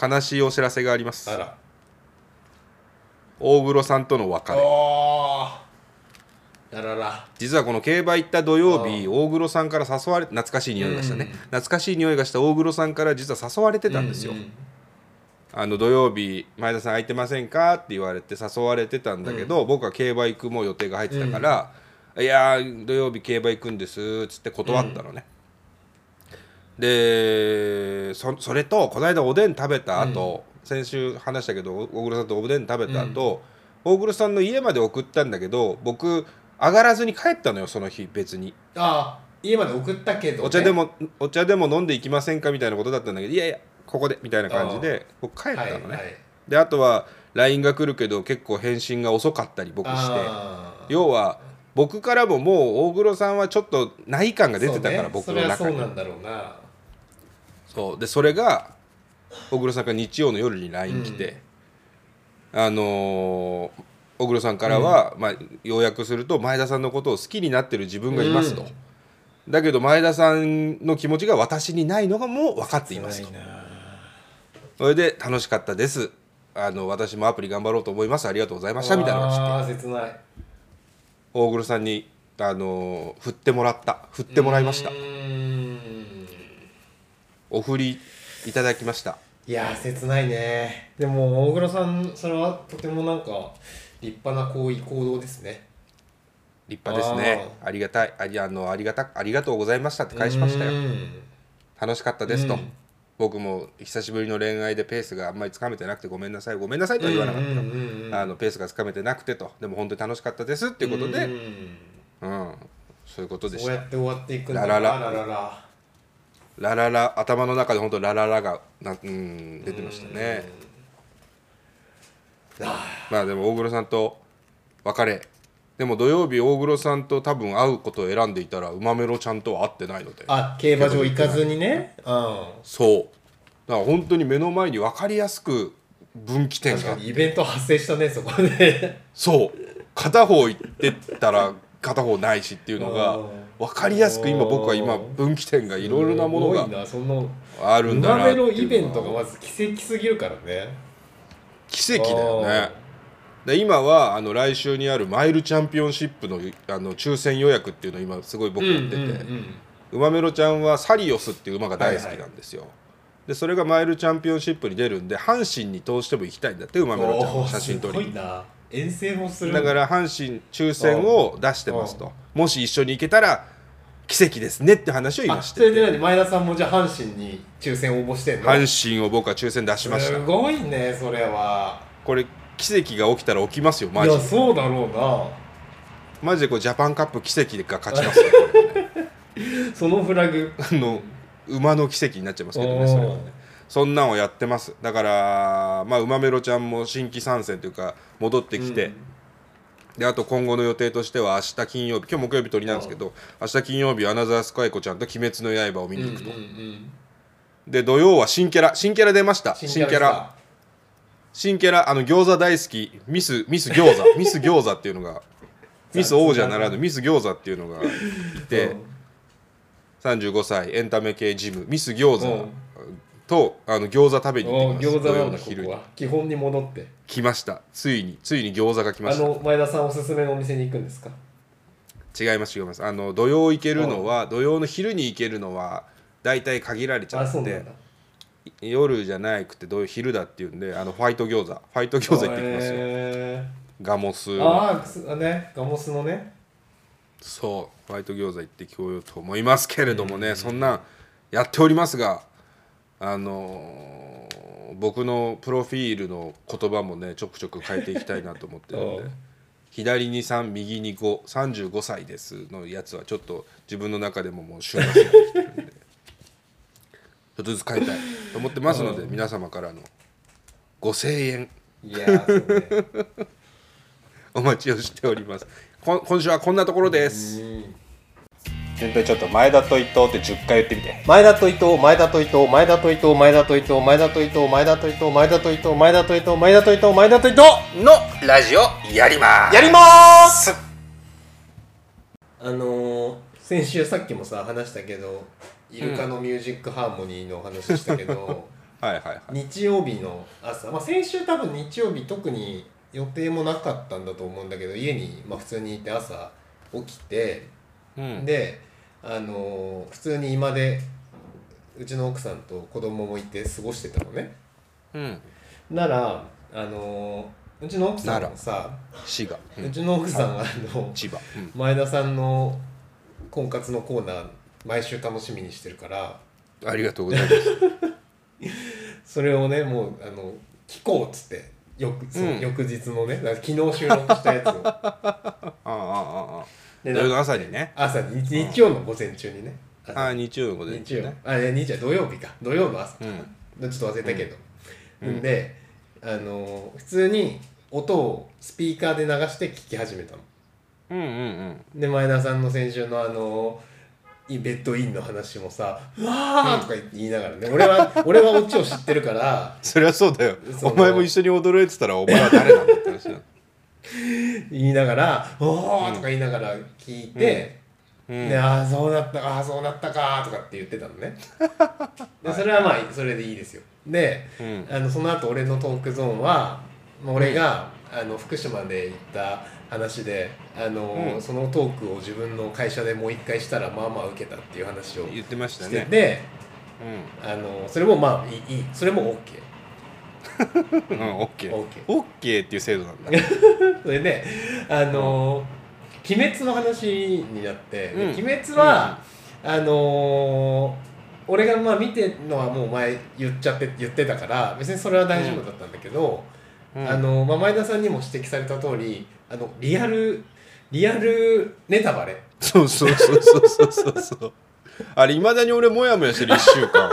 Speaker 1: 悲しいお知らせがあります
Speaker 2: あら
Speaker 1: 大黒さんとの別れ
Speaker 2: おーあらら
Speaker 1: 実はこの競馬行った土曜日大黒さんから誘われ懐かしい匂いがしたね、
Speaker 2: うん
Speaker 1: 懐かしい匂いがした大黒さんから実は誘われてたんですよ、
Speaker 2: ううん
Speaker 1: あの土曜日前田さん空いてませんかって言われて誘われてたんだけど、僕は競馬行くもう予定が入ってたから、いやー土曜日競馬行くんですっつって断ったのね、でそそれとこの間おでん食べた後、先週話したけど大黒さんとおでん食べた後、大黒さんの家まで送ったんだけど僕上がらずに帰ったのよその日別に
Speaker 2: ああ家まで送ったけど、ね、
Speaker 1: お茶でもお茶でも飲んでいきませんかみたいなことだったんだけどいやいやここでみたいな感じで僕帰
Speaker 2: は
Speaker 1: っ
Speaker 2: い
Speaker 1: た
Speaker 2: はい
Speaker 1: のね、であとは LINE が来るけど結構返信が遅かったり僕して
Speaker 2: あー
Speaker 1: 要は僕からももう大黒さんはちょっとない感が出てたから、僕
Speaker 2: そう
Speaker 1: の
Speaker 2: ねそ
Speaker 1: 中
Speaker 2: れ
Speaker 1: に
Speaker 2: はそうなんだろうな
Speaker 1: そうでそれが小黒さんから日曜の夜に LINE 来て、あのー小黒さんからは、まあ、要約すると前田さんのことを好きになってる自分がいますと、
Speaker 2: うん
Speaker 1: だけど前田さんの気持ちが私にないのがもう分かっていますと
Speaker 2: 辛いな
Speaker 1: それで楽しかったですあの私もアプリ頑張ろうと思いますありがとうございましたみたいな感じで
Speaker 2: ああー切ない
Speaker 1: 大黒さんにあのー振ってもらった振ってもらいました
Speaker 2: うーん
Speaker 1: お振りいただきました
Speaker 2: いやー切ないねでも大黒さんそれはとてもなんか立派な行為行動ですね
Speaker 1: 立派ですねありがたいありあのありがたありがとうございましたって返しましたよ
Speaker 2: うーん
Speaker 1: 楽しかったですと、
Speaker 2: うん
Speaker 1: 僕も久しぶりの恋愛でペースがあんまりつかめてなくてごめんなさいごめんなさいとは言わなかった、
Speaker 2: うんうんうんうん
Speaker 1: あのペースがつかめてなくてとでも本当に楽しかったですっていうことで
Speaker 2: う
Speaker 1: うん、
Speaker 2: ん
Speaker 1: そういうことで
Speaker 2: こ
Speaker 1: し
Speaker 2: うや
Speaker 1: た
Speaker 2: って終わっていくんだ
Speaker 1: ラララ
Speaker 2: あららら
Speaker 1: ラララ頭の中で本当ラララがなうん出てましたねまあでも大黒さんと別れでも土曜日大黒さんと多分会うことを選んでいたら馬メロちゃんとは会ってないので
Speaker 2: あ競馬場行かずにねうん
Speaker 1: そうだから本当に目の前に分かりやすく分岐点
Speaker 2: 確か
Speaker 1: が
Speaker 2: にイベント発生したねそこで
Speaker 1: そう片方行ってったら片方ないしっていうのが
Speaker 2: うん
Speaker 1: 分かりやすく今僕は今
Speaker 2: うん
Speaker 1: 分岐点がいろいろなもの
Speaker 2: すごい
Speaker 1: が
Speaker 2: なその
Speaker 1: あるんだなって
Speaker 2: のイ
Speaker 1: い
Speaker 2: ベ
Speaker 1: う
Speaker 2: ントが
Speaker 1: のは
Speaker 2: まず奇跡すぎるからね
Speaker 1: 奇跡だよねで今はあの来週にあるマイルチャンピオンシップのあの抽選予約っていうのを今すごい僕やってて、
Speaker 2: うんうんうん
Speaker 1: 馬メロちゃんはサリオスっていう馬が大好きなんですよ、でそれがマイルチャンピオンシップに出るんで阪神に投資でも行きたいんだって馬メロちゃん
Speaker 2: お
Speaker 1: の
Speaker 2: ー
Speaker 1: 写真撮り
Speaker 2: すごいな遠征もする
Speaker 1: だからら阪神抽選を出してますともし一緒に行けたら奇跡ですねって話を今
Speaker 2: あ
Speaker 1: し
Speaker 2: そ
Speaker 1: て
Speaker 2: れ
Speaker 1: て
Speaker 2: で何前田さんもじゃあ阪神に抽選応募してんの
Speaker 1: 阪神を僕は抽選出しまし
Speaker 2: す
Speaker 1: た
Speaker 2: ごいねそれは
Speaker 1: これ奇跡が起きたら起きますよマ
Speaker 2: い
Speaker 1: ジ
Speaker 2: や
Speaker 1: で
Speaker 2: そうだろう
Speaker 1: マジでこうジャパンカップ奇跡が勝ちますよ
Speaker 2: なそのフラグ
Speaker 1: あの馬の奇跡になっちゃいますけどねそれはねそんなんをやってますだからまあ馬メロちゃんも新規参戦というか戻ってきて、であと今後の予定としては明日金曜日今日木曜日取りなんですけど明日金曜日アナザースカイ子ちゃんと「鬼滅の刃」を見
Speaker 2: うん
Speaker 1: に
Speaker 2: うんう
Speaker 1: 行くと、
Speaker 2: ん
Speaker 1: で土曜は新キャラ新キャラ出ました新キャラ
Speaker 2: さ
Speaker 1: 新キャラあの餃子大好きミスミス餃子ミス餃子って いうのがミス王者ならぬミス餃子っていうのがいて、
Speaker 2: うん
Speaker 1: 35歳エンタメ系ジムミス餃
Speaker 2: う
Speaker 1: 子
Speaker 2: ん
Speaker 1: とあの餃子食べに行
Speaker 2: お
Speaker 1: っ
Speaker 2: ー
Speaker 1: てきます
Speaker 2: 餃子
Speaker 1: 土
Speaker 2: な
Speaker 1: 曜の
Speaker 2: んだこ
Speaker 1: 昼
Speaker 2: こ
Speaker 1: に
Speaker 2: は基本に戻って
Speaker 1: 来ましたついについに餃子が来ま
Speaker 2: あ
Speaker 1: した
Speaker 2: の前田さんおすすめのお店に行くんですか
Speaker 1: 違います違いますあの土曜行けるのは土曜の昼に行けるのは大体限られちゃ
Speaker 2: あそう
Speaker 1: っ
Speaker 2: な
Speaker 1: て
Speaker 2: んだ
Speaker 1: 夜じゃなくて土曜昼だっていうんであのファイト餃子ファイト餃子行ってきますよ
Speaker 2: へ
Speaker 1: ガモス
Speaker 2: ー
Speaker 1: の
Speaker 2: あーくすあねガモスのね
Speaker 1: そうホワイト餃子行ってこようと思いますけれどもね、そんなんやっておりますがああのー僕のプロフィールの言葉もねちょくちょく変えていきたいなと思ってるん
Speaker 2: お
Speaker 1: で
Speaker 2: う
Speaker 1: 左に3右に535歳ですのやつはちょっと自分の中でももう旬な過ぎてきてるんで ちょっとずつ変えたいと思ってますので皆様からのご声援
Speaker 2: いやーそうね
Speaker 1: お待ちをしておりますこん今週はこんなところです全体ちょっと前田と伊藤って10回言ってみて
Speaker 2: 前田と伊藤、前田と伊藤、前田と伊藤、前田と伊藤、前田と伊藤、前田と伊藤、前田と伊藤、前田と伊藤、前田と伊藤、前田と伊藤、
Speaker 1: のラジオやります
Speaker 2: やりまーすあのー、先週さっきもさ、話したけど、イルカのミュージックハーモニーの話したけ ど、
Speaker 1: はいはいはい
Speaker 2: 日曜日の朝、まあ、先週多分日曜日特に予定もなかったんだと思うんだけど、家に、まあ、普通にいて朝起きて、
Speaker 1: うん、
Speaker 2: で、あのー普通に今でうちの奥さんと子供もいて過ごしてたのね
Speaker 1: うん、
Speaker 2: なら、あのーうちの奥さんもさ、
Speaker 1: 滋賀、う、
Speaker 2: うんちの奥さんはあの
Speaker 1: 千葉、うん、
Speaker 2: 前田さんの婚活のコーナー毎週楽しみにしてるから
Speaker 1: ありがとうござい ます。
Speaker 2: それをねもうあの聞こうっつって翌その
Speaker 1: うん
Speaker 2: 翌日のね、だから昨日収録したやつ を
Speaker 1: あああああ。土
Speaker 2: で
Speaker 1: 曜の朝にね。
Speaker 2: 朝に日曜の午前中にね
Speaker 1: あ
Speaker 2: 朝
Speaker 1: あ日曜の午前
Speaker 2: 日
Speaker 1: 中
Speaker 2: 曜
Speaker 1: ね。
Speaker 2: あいや日曜土曜日か土曜の朝
Speaker 1: うん
Speaker 2: ちょっと忘れたけど、
Speaker 1: うん
Speaker 2: んであの普通に音をスピーカーで流して聞き始めたの
Speaker 1: うんうん
Speaker 2: で前田さんの先週のあのイベッドインの話もさ「うわー!」とか言いながらね、俺は 俺はオチを知ってるから
Speaker 1: そりゃそうだよ
Speaker 2: そ
Speaker 1: お
Speaker 2: の
Speaker 1: 前も一緒に驚いてたらお前は誰なんだって 話だ
Speaker 2: 言いながら「おー!」とか言いながら聞いて、
Speaker 1: うん
Speaker 2: でああそうだったかああそうなったかとかって言ってたの ねでそれはまあそれでいいですよで、
Speaker 1: うん
Speaker 2: あのその後俺のトークゾーンはまあ俺が、あの福島で行った話であの、
Speaker 1: うん
Speaker 2: そのトークを自分の会社でもう一回したらまあまあ受けたっていう話を
Speaker 1: 言ってまし
Speaker 2: したて
Speaker 1: ね
Speaker 2: て、あのそれもまあいいいいそれも OK
Speaker 1: うんうん オッケー
Speaker 2: オッ
Speaker 1: オッケ
Speaker 2: ケー
Speaker 1: ーっていう制度なんだ
Speaker 2: それであの「鬼滅」の話になって「で
Speaker 1: うん
Speaker 2: 鬼滅は」あの俺がまあ見てるのはもう前言っちゃって言ってたから別にそれは大丈夫だったんだけど、
Speaker 1: うん
Speaker 2: あのまあ、前田さんにも指摘された通りあのリアルリアルネタバレ
Speaker 1: そうそうそうそうそうそうそうあれいまだに俺モヤモヤしてる1週間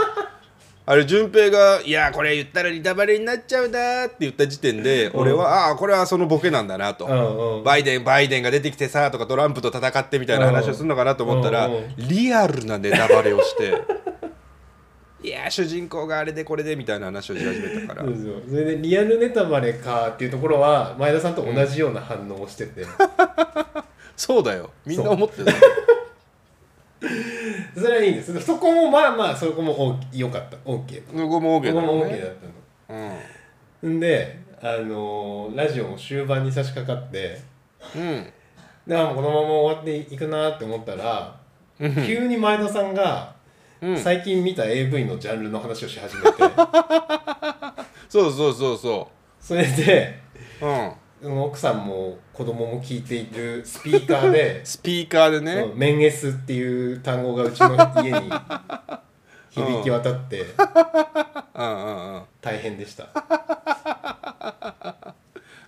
Speaker 1: あれ順平が「いやこれ言ったらリタバレになっちゃうな」って言った時点で俺は「ああこれはそのボケなんだな」と
Speaker 2: ん
Speaker 1: バイデン、バイデンが出てきてさとかトランプと戦ってみたいな話をするのかなと思ったら
Speaker 2: うんうん
Speaker 1: リアルなネタバレをして いやー主人公があれでこれでみたいな話をし始めたから
Speaker 2: そうそうそれでリアルネタバレかっていうところは前田さんと同じような反応をし てて、
Speaker 1: そうだよみんな思ってた
Speaker 2: それはいいんですそこもまあまあそこもおよかった OK
Speaker 1: そこも OK
Speaker 2: ここ
Speaker 1: だよ
Speaker 2: も OK だ
Speaker 1: ね
Speaker 2: ったの
Speaker 1: うん
Speaker 2: であのーラジオも終盤に差し掛かって
Speaker 1: んうん
Speaker 2: であもうこのまま終わっていくなって思ったら急に前田さんが
Speaker 1: うん
Speaker 2: 最近見た AV のジャンルの話をし始めて
Speaker 1: そうそうそうそ
Speaker 2: それで
Speaker 1: ううん
Speaker 2: その奥さんも子供も聞いているスピーカ ーで
Speaker 1: スピーカーで
Speaker 2: そ
Speaker 1: ね
Speaker 2: う「メンエス」っていう単語がうちの 家に響き渡って
Speaker 1: うんうんうん
Speaker 2: 大変でした。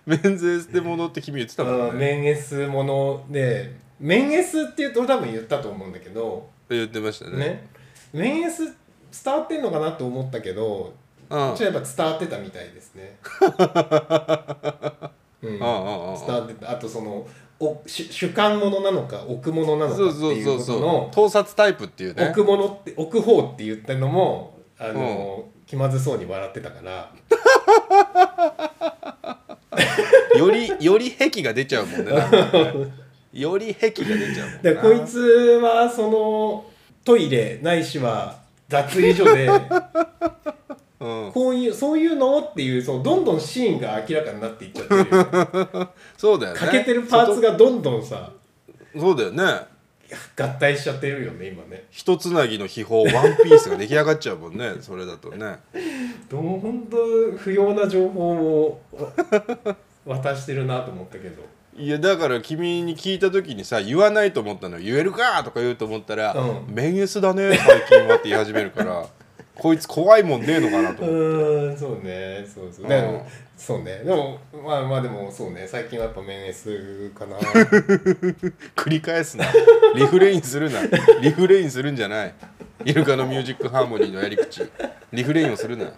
Speaker 1: メンズエステ戻って君言ってたも
Speaker 2: うんん
Speaker 1: ね
Speaker 2: メンエスものでメンエスって言うと俺多分言ったと思うんだけど、
Speaker 1: 言ってましたね
Speaker 2: ねメンエス伝わってんのかなと思ったけど
Speaker 1: う
Speaker 2: ちょ
Speaker 1: ん
Speaker 2: っとやっぱ伝わってたみたいですね、うん、伝
Speaker 1: うんうんうん
Speaker 2: わってたあとそのお主主観ものなのか置くものなの
Speaker 1: そ
Speaker 2: か
Speaker 1: う
Speaker 2: って
Speaker 1: そう
Speaker 2: い
Speaker 1: そうう
Speaker 2: こ
Speaker 1: そ
Speaker 2: と
Speaker 1: う
Speaker 2: の
Speaker 1: 盗撮タイプっていうね
Speaker 2: 置くものって置く方って言ったのもあの、気まずそうに笑ってたから
Speaker 1: よりより癖が出ちゃうもん ねなんかねより癖が出ちゃうもん
Speaker 2: で
Speaker 1: な
Speaker 2: こいつはそのトイレないしは脱衣所 で
Speaker 1: うん、
Speaker 2: こういうそういうのっていうそのどんどんシーンが明らかになっていっちゃってるよね
Speaker 1: そうだよね
Speaker 2: 欠けてるパーツがどんどんさ
Speaker 1: 外そうだよね
Speaker 2: 合体しちゃってるよね今ね
Speaker 1: 一つなぎの秘宝ワンピースが出来上がっちゃうもんねそれだとね
Speaker 2: どうほんと不要な情報を 渡してるなと思ったけど
Speaker 1: いやだから君に聞いた時にさ言わないと思ったのよ言えるかとか言うと思ったら
Speaker 2: う
Speaker 1: 「面、エスだね最近は」って言い始めるから 言こいつ怖いもんねえのかなと
Speaker 2: う
Speaker 1: 思って
Speaker 2: ーんそうねそうそうでもそうねでもまあまあでもそうね最近はやっぱ面 S か な
Speaker 1: 繰り返すなリフレインするなリフレインするんじゃないイルカのミュージックハーモニーのやり口リフレインをするな
Speaker 2: っ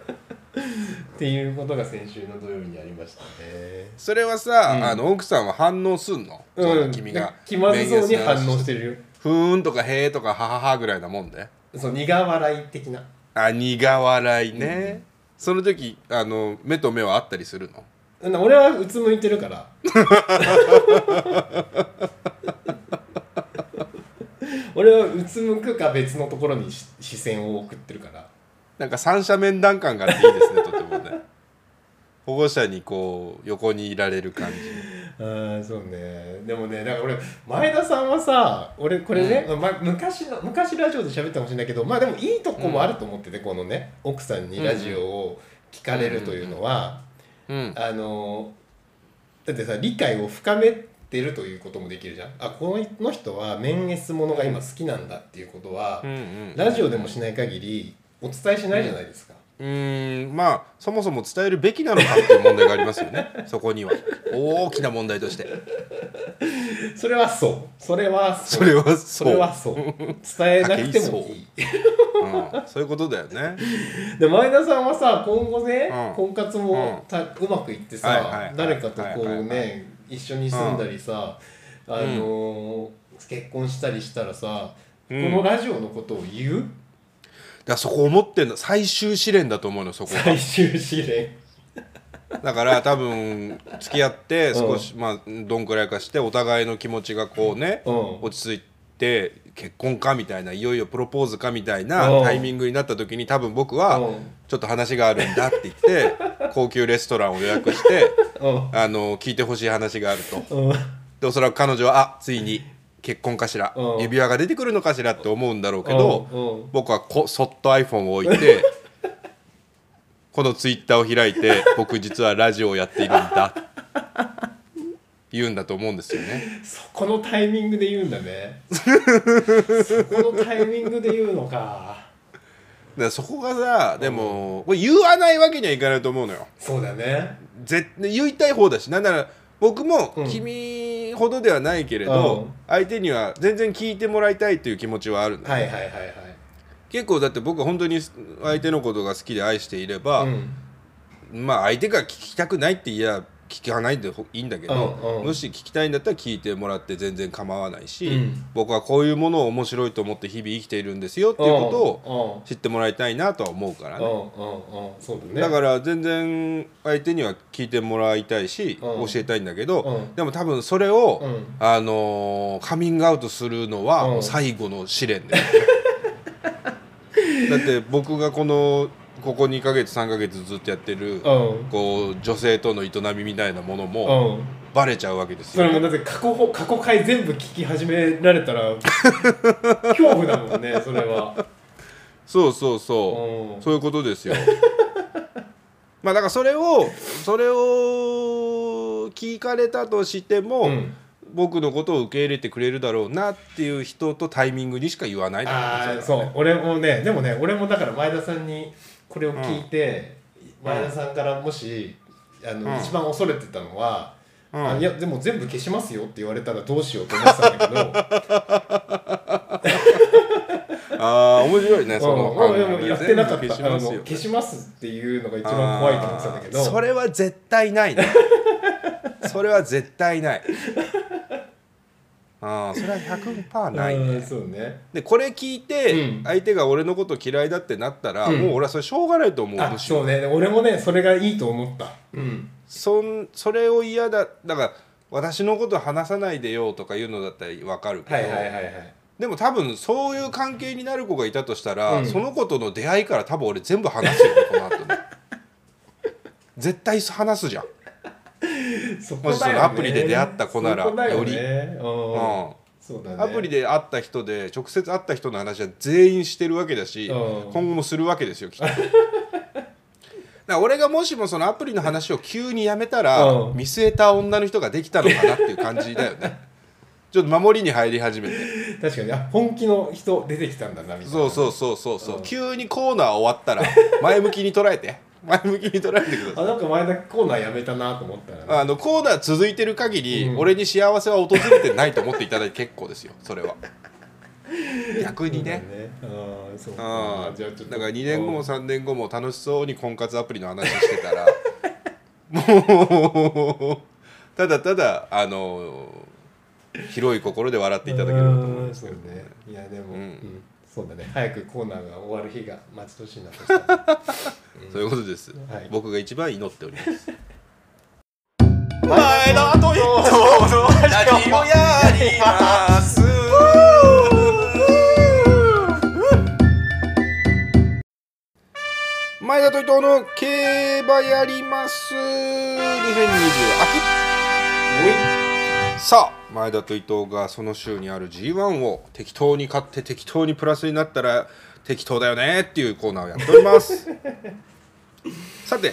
Speaker 2: ていうことが先週の土曜日にありましたね
Speaker 1: それはさ、
Speaker 2: うん
Speaker 1: あの奥さんは反応すんの、その君が
Speaker 2: 気まずそうに反
Speaker 1: メインやつ
Speaker 2: 応
Speaker 1: の話
Speaker 2: してるよ
Speaker 1: ふーんとかへーとかはははぐらいなもんで
Speaker 2: そう苦笑い的な
Speaker 1: あ苦笑いね、その時あの目と目はあったりするの
Speaker 2: なんか俺はうつむいてるから 俺はうつむくか別のところにし視線を送ってるから
Speaker 1: なんか三者面談感があっていいですねとても ね保護者にこう横にいられる感じ
Speaker 2: ああそうねでもねだから俺前田さんはさ俺これね、ま昔の昔ラジオで喋ったかもしれないけどまあでもいいとこもあると思ってて、このね奥さんにラジオを聞かれるというのは、
Speaker 1: うん
Speaker 2: あのだってさ理解を深めてるということもできるじゃんあこの人は面 S ものが今好きなんだっていうことは、
Speaker 1: うんうん
Speaker 2: ラジオでもしない限りお伝えしないじゃないですか、
Speaker 1: うーんまあそもそも伝えるべきなのかっていう問題がありますよね そこには大きな問題として
Speaker 2: それはそうそれはそう
Speaker 1: それは
Speaker 2: そ
Speaker 1: そう
Speaker 2: れ はそう伝えなくても
Speaker 1: 竹井
Speaker 2: いい
Speaker 1: うん、そういうことだよね
Speaker 2: で前田さんはさ今後ね、
Speaker 1: うん
Speaker 2: 婚活もたうまくいってさ、
Speaker 1: はいはいはい
Speaker 2: 誰かとこうね、
Speaker 1: はいはいは
Speaker 2: 一緒に住んだりさ、あのー結婚したりしたらさ、
Speaker 1: うん
Speaker 2: このラジオのことを言う
Speaker 1: だからそこ思ってんの最終試練だと思うのそこが
Speaker 2: 最終試練
Speaker 1: だから多分付き合って少し、まあどんくらいかしてお互いの気持ちがこうね、
Speaker 2: うん
Speaker 1: 落ち着いて結婚かみたいないよいよプロポーズかみたいな
Speaker 2: うん
Speaker 1: タイミングになった時に多分僕
Speaker 2: うん
Speaker 1: はちょっと話があるんだって言 って高級レストランを予約して
Speaker 2: うん
Speaker 1: あの聞いてほしい話があると。
Speaker 2: うん
Speaker 1: でおそらく彼女はあついに結婚かしら
Speaker 2: うん
Speaker 1: 指輪が出てくるのかしらって思うんだろうけど
Speaker 2: うんうん
Speaker 1: 僕はこそっと iPhone を置い てこのツイッターを開いて僕実はラジオをやっているんだ言うんだと思うんですよね
Speaker 2: そこのタイミングで言うんだねそこのタイミングで言うのか
Speaker 1: だからそこがさでも、これ言わないわけにはいかないと思うのよ
Speaker 2: そうだね
Speaker 1: 絶言いたい方だしなんなら僕も
Speaker 2: うん
Speaker 1: 君ほどではないけれど、
Speaker 2: うん
Speaker 1: 相手には全然聞いてもらいたいという気持ちはあるんだよ
Speaker 2: はいはいはいはい
Speaker 1: 結構だって僕は本当に相手のことが好きで愛していれば、
Speaker 2: うん
Speaker 1: まあ相手が聞きたくないって言えば聞かないでほいいんだけど、
Speaker 2: うんうん
Speaker 1: もし聞きたいんだったら聞いてもらって全然構わないし、
Speaker 2: うん
Speaker 1: 僕はこういうものを面白いと思って日々生きているんですよっていうことを
Speaker 2: を
Speaker 1: 知ってもらいたいなとは思うから
Speaker 2: うん
Speaker 1: ね。
Speaker 2: うんうんうんそうだね
Speaker 1: だから全然相手には聞いてもらいたいし、
Speaker 2: うん
Speaker 1: 教えたいんだけど、
Speaker 2: うん
Speaker 1: でも多分それを、
Speaker 2: うん
Speaker 1: あのーカミングアウトするのは
Speaker 2: うん
Speaker 1: もう最後の試練だ よねだって僕がこのここ2ヶ月3ヶ月ずっとやってる、
Speaker 2: うん
Speaker 1: こう女性との営みみたいなものも、
Speaker 2: うん
Speaker 1: バレちゃうわけです
Speaker 2: そ
Speaker 1: よ、
Speaker 2: れもだって過去法過去回全部聞き始められたら 恐怖だもんねそれは
Speaker 1: そうそうそう、
Speaker 2: うん
Speaker 1: そういうこと ですよまあだからそれをそれを聞かれたとしても、
Speaker 2: うん
Speaker 1: 僕のことを受け入れてくれるだろうなっていう人とタイミングにしか言わない
Speaker 2: ああ
Speaker 1: それ
Speaker 2: そう俺もねでもね俺もだから前田さんにこれを聞いて、前田さんからもしあの、
Speaker 1: うん
Speaker 2: 一番恐れてたのは、
Speaker 1: うん
Speaker 2: あいやでも全部消しますよって言われたらどうしようと思ってたんだけど
Speaker 1: ああ面白いね その、
Speaker 2: うん、でもやってなかった
Speaker 1: 全部
Speaker 2: 消
Speaker 1: 消
Speaker 2: し
Speaker 1: し
Speaker 2: ま
Speaker 1: ますすよ
Speaker 2: あの消しますっていうのが一番怖いと思ってたんだけど
Speaker 1: あーそれは絶対ないねそれは絶対ないああそれは100%ないね、
Speaker 2: うんそうね
Speaker 1: でこれ聞いて、
Speaker 2: うん
Speaker 1: 相手が俺のこと嫌いだってなったら、
Speaker 2: うん
Speaker 1: もう俺はそれしょうがないと思う
Speaker 2: あ
Speaker 1: むしろ
Speaker 2: そうね俺もねそれがいいと思ったうん
Speaker 1: そんそれを嫌だだから私のこと話さないでよとか言うのだったら分かるけど、
Speaker 2: はいはいはいはい
Speaker 1: でも多分そういう関係になる子がいたとしたら、
Speaker 2: うん
Speaker 1: その子との出会いから多分俺全部話すよねこの後 ね絶対話すじゃん、
Speaker 2: そこ
Speaker 1: もしそ
Speaker 2: だよね
Speaker 1: のアプリで出会った子なら
Speaker 2: そこだよ
Speaker 1: より
Speaker 2: ね
Speaker 1: う
Speaker 2: うんそうだね
Speaker 1: ん、アプリで会った人で直接会った人の話は全員してるわけだし、
Speaker 2: うん
Speaker 1: 今後もするわけですよきっと だから俺がもしもそのアプリの話を急にやめたら、
Speaker 2: うん
Speaker 1: 見据えた女の人ができたのかなっていう感じだよねちょっと守りに入り始めて
Speaker 2: 確かにあ本気の人出てきたんだなみたいな
Speaker 1: そうそうそうそうそう、
Speaker 2: うん
Speaker 1: 急にコーナー終わったら前向きに捉えて前向きに捉えてくださ
Speaker 2: あなんか前だけコーナーやめたなと思ったらね、
Speaker 1: いあのコーナー続いてる限り、
Speaker 2: うん
Speaker 1: 俺に幸せは訪れてないと思っていただいて結構ですよそれは逆にね
Speaker 2: そうだねあーそう
Speaker 1: あ
Speaker 2: か
Speaker 1: あ
Speaker 2: じゃあちょっと
Speaker 1: だから2年後も
Speaker 2: うん
Speaker 1: 3年後も楽しそうに婚活アプリの話して たらもうただただあの広い心で笑っていただければと思いますけど
Speaker 2: そうねいやでも、
Speaker 1: うん
Speaker 2: うんそうだね早くコーナーが終わる日が待ち遠 しいなとしたら
Speaker 1: そういうことです、
Speaker 2: はい
Speaker 1: 僕が一番祈っております前の後にラジオやります前田と伊藤の競馬やります2020秋さあ前田と伊藤がその週にある G1 を適当に買って適当にプラスになったら適当だよねっていうコーナーをやっております さて、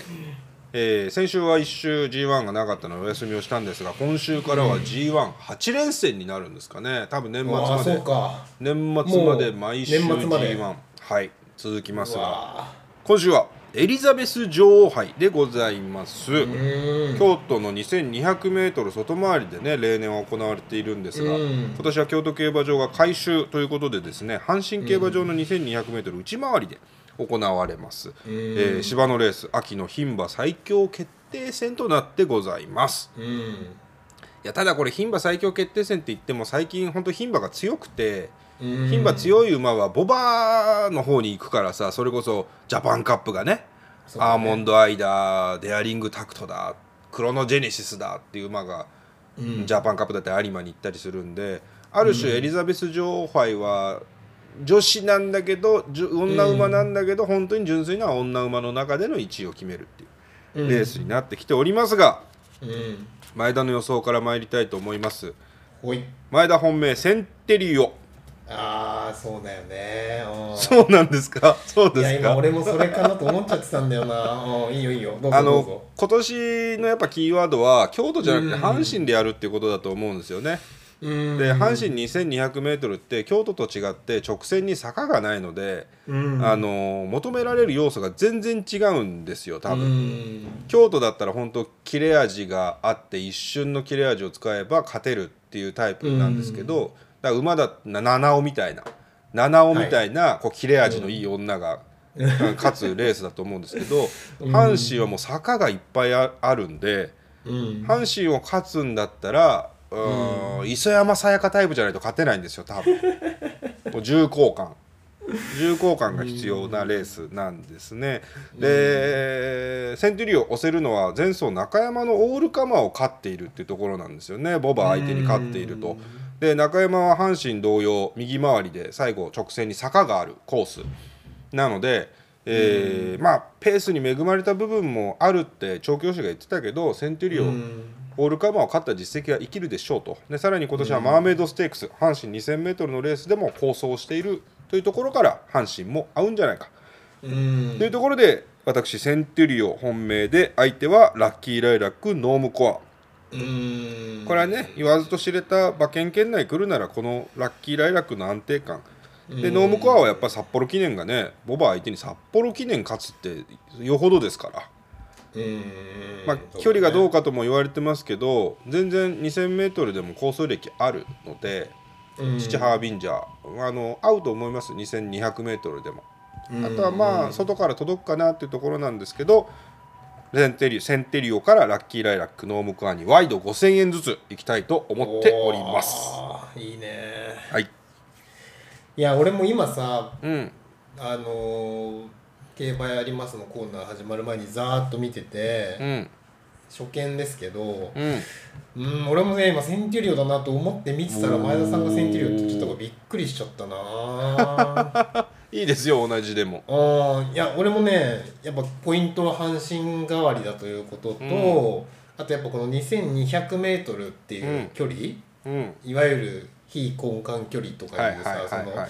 Speaker 1: えー先週は1週 G1 がなかったのでお休みをしたんですが今週からは G18 連戦になるんですかね多分年末
Speaker 2: ああ
Speaker 1: ま
Speaker 2: そう
Speaker 1: で
Speaker 2: か
Speaker 1: 年末まで毎週
Speaker 2: もう年末まで
Speaker 1: G1 はい続きます
Speaker 2: う
Speaker 1: が
Speaker 2: わ
Speaker 1: 今週はエリザベス女王杯でございます、
Speaker 2: ーうん
Speaker 1: 京都の 2200m 外回りでね例年は行われているんですが、
Speaker 2: うん
Speaker 1: 今年は京都競馬場が改修ということでですね阪神競馬場の 2200m 内回りで行われます、
Speaker 2: うん
Speaker 1: えー芝のレース秋の牝馬最強決定戦となってございます
Speaker 2: うん
Speaker 1: いやただこれ牝馬最強決定戦って言っても最近本当牝馬が強くて
Speaker 2: うん
Speaker 1: 牝馬強い馬はボバーの方に行くからさそれこそジャパンカップがね
Speaker 2: そうだね
Speaker 1: アーモンドアイだデアリングタクトだクロノジェネシスだっていう馬が、ジャパンカップだったり有馬に行ったりするんである種エリザベス女王杯は女子なんだけどじゅ女馬なんだけど、本当に純粋な女馬の中での1位を決めるっていうレースになってきておりますが、
Speaker 2: うん
Speaker 1: 前田の予想から参りたいと思います
Speaker 2: ほい
Speaker 1: 前田本命センテリオ
Speaker 2: ああそうだよねうん
Speaker 1: そうなんですか。そう
Speaker 2: い
Speaker 1: で
Speaker 2: や
Speaker 1: す
Speaker 2: 今
Speaker 1: か。
Speaker 2: 俺もそれかなと思っちゃってたんだ よなうんいいよいいよどう
Speaker 1: あ
Speaker 2: ぞどう
Speaker 1: の
Speaker 2: ぞ
Speaker 1: 今年のやっぱキーワードは京都じゃなくて
Speaker 2: うん
Speaker 1: 阪神でやるっていうことだと思うんですよね。
Speaker 2: うん
Speaker 1: で阪神 2200m って京都と違って直線に坂がないので、
Speaker 2: うん
Speaker 1: あの求められる要素が全然違うんですよ多
Speaker 2: う
Speaker 1: 分。
Speaker 2: ん
Speaker 1: 京都だったら本当切れ味があって一瞬の切れ味を使えば勝てるっていうタイプなんですけど、だから馬だな七尾みたいな七尾みたいな、こう切れ味のいい女が、勝つレースだと思うんですけど、阪神 はもう坂がいっぱいああるんで
Speaker 2: うん
Speaker 1: 阪神を勝つんだったらうーん磯山さやかタイプじゃないと勝てないんですよ多 分もう重厚感重厚感が必要なレースなんですね、でセンテュリーを押せるのは前走中山のオールカマーを勝っているっていうところなんですよねボバ相手に勝っているとで中山は阪神同様右回りで最後直線に坂があるコースなので、えーまあペースに恵まれた部分もあるって調教師が言ってたけどセンテュリーを
Speaker 2: うん
Speaker 1: オールカマーを勝った実績が生きるでしょうとでさらに今年はマーメイドステークス、阪神 2000m のレースでも構想しているというところから阪神も合うんじゃないか、
Speaker 2: うん
Speaker 1: というところで私センテュリオ本命で相手はラッキーライラックノームコ
Speaker 2: うん
Speaker 1: アこれはね言わずと知れた馬券圏内来るならこのラッキーライラックの安定感でノームコアはやっぱ札幌記念がねボバ相手に札幌記念勝つってよほどですから。
Speaker 2: うん
Speaker 1: まあ、距離がどうかとも言われてますけど全然 2000m でも構想歴あるので、
Speaker 2: うん
Speaker 1: 父ハービンジャーあの合うと思います 2200m でも、
Speaker 2: うん
Speaker 1: あとはまあ外から届くかなっていうところなんですけどセンテリセンテリオからラッキーライラックノームクアにワイド5000円ずついきたいと思っております
Speaker 2: あーいいね
Speaker 1: はい
Speaker 2: いや俺も今さ
Speaker 1: うん
Speaker 2: あのー競馬やりますのコーナー始まる前にざーっと見てて、
Speaker 1: うん
Speaker 2: 初見ですけど
Speaker 1: うん
Speaker 2: うん俺もね今センテュリオだなと思って見てたら
Speaker 1: おー
Speaker 2: 前田さんがセンテュリオって言ってたからびっくりしちゃった なあ
Speaker 1: いいですよ同じでも
Speaker 2: ーいや俺もねやっぱポイントは阪神代わりだということと、あとやっぱこの 2200m っていう距離、
Speaker 1: うん
Speaker 2: いわゆる非根幹距離とかい
Speaker 1: はい
Speaker 2: う
Speaker 1: は
Speaker 2: さ
Speaker 1: い
Speaker 2: そ
Speaker 1: はい
Speaker 2: の
Speaker 1: はい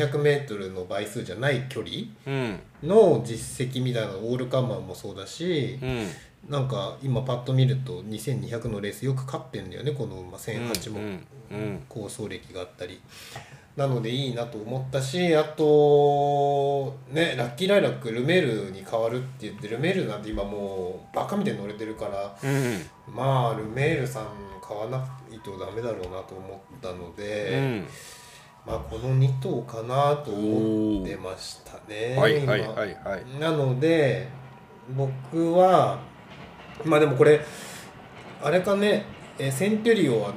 Speaker 2: 400m の倍数じゃない距離
Speaker 1: うん
Speaker 2: の実績みたいなのオールカマンもそうだし
Speaker 1: うん
Speaker 2: なんか今パッと見ると2200のレースよく勝ってんだよねこの馬1008も
Speaker 1: うんうん
Speaker 2: 構走歴があったりなのでいいなと思ったしあとねラッキーライラックルメールに変わるって言ってルメールなんて今もうバカみたいに乗れてるから
Speaker 1: うん
Speaker 2: まあルメールさん買わないとダメだろうなと思ったので。
Speaker 1: うん
Speaker 2: まあ、この2頭かなと思ってましたね。
Speaker 1: はい
Speaker 2: 今
Speaker 1: はいはいはい
Speaker 2: なので僕はまあでもこれあれかねえーセンテリオは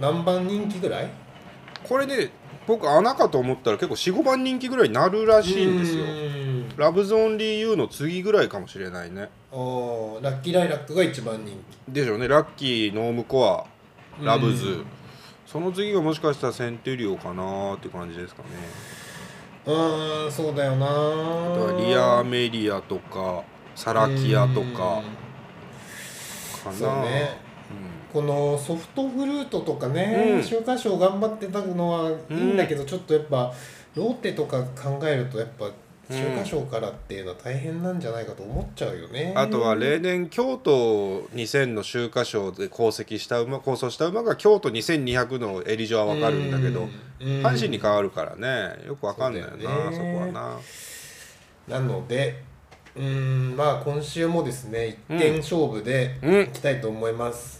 Speaker 2: 何番人気ぐらい
Speaker 1: これね僕穴かと思ったら結構45番人気ぐらいになるらしいんですよ
Speaker 2: うーん
Speaker 1: ラブゾーンリーユーの次ぐらいかもしれないね
Speaker 2: あーラッキーライラックが一番人
Speaker 1: でしょうねラッキーノームコア
Speaker 2: 気
Speaker 1: ラブズ、
Speaker 2: うん
Speaker 1: その次がもしかしたらセンテリオかなーって感じですかね
Speaker 2: うーんそうだよな
Speaker 1: あとはリアーメリアとかサラキアとかか
Speaker 2: うんそう
Speaker 1: な、
Speaker 2: ねこのソフトフルートとかね、
Speaker 1: うん
Speaker 2: 週刊賞頑張ってたのはいいんだけど、ちょっとやっぱローテとか考えるとやっぱ週刊賞からっていうのは大変なんじゃないかと思っちゃうよね。
Speaker 1: あとは例年京都2000の秋華賞で功績した馬構想した馬が京都2200のエリジョは分かるんだけど、
Speaker 2: うんうん
Speaker 1: 阪神に変わるからねよく分かんないよなそ
Speaker 2: そうだよね
Speaker 1: こはな
Speaker 2: なのでうーんまあ今週もですね
Speaker 1: うん
Speaker 2: 1点勝負で
Speaker 1: うん
Speaker 2: いきたいと思います。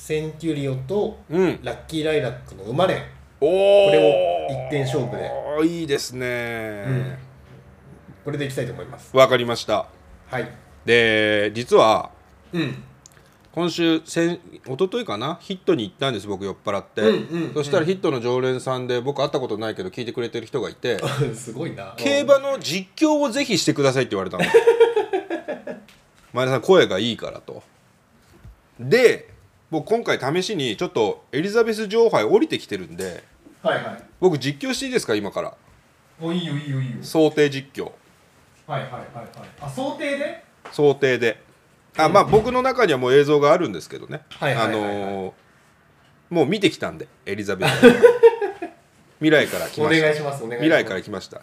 Speaker 2: センキュリオと
Speaker 1: うん
Speaker 2: ラッキーライラックの生まれ
Speaker 1: おお
Speaker 2: これを一点勝負で
Speaker 1: いいですね
Speaker 2: これでいきたいと思います。
Speaker 1: わ、かりました
Speaker 2: はい、
Speaker 1: で実は
Speaker 2: うん
Speaker 1: 今週先一昨日かなヒットに行ったんです僕酔っ払って、
Speaker 2: うんうん
Speaker 1: そしたらヒットの常連さんで僕会ったことないけど聞いてくれてる人がいて
Speaker 2: すごいな。
Speaker 1: 競馬の実況をぜひしてくださいって言わ れたの前田さん声がいいからとで僕今回試しにちょっとエリザベス女王杯降りてきてるんで
Speaker 2: はいはい。
Speaker 1: 僕実況していいですか今から
Speaker 2: おいいよいいよいいよ。
Speaker 1: 想定実況
Speaker 2: はいはいはいはい。あ想定で？
Speaker 1: 想定であまあ僕の中にはもう映像があるんですけどね
Speaker 2: はいは
Speaker 1: あ
Speaker 2: いはいはい
Speaker 1: のーもう見てきたんでエリザベ ス女王杯未来から来
Speaker 2: お
Speaker 1: まし
Speaker 2: 願
Speaker 1: た
Speaker 2: いしますお願いします。
Speaker 1: 未来から来ました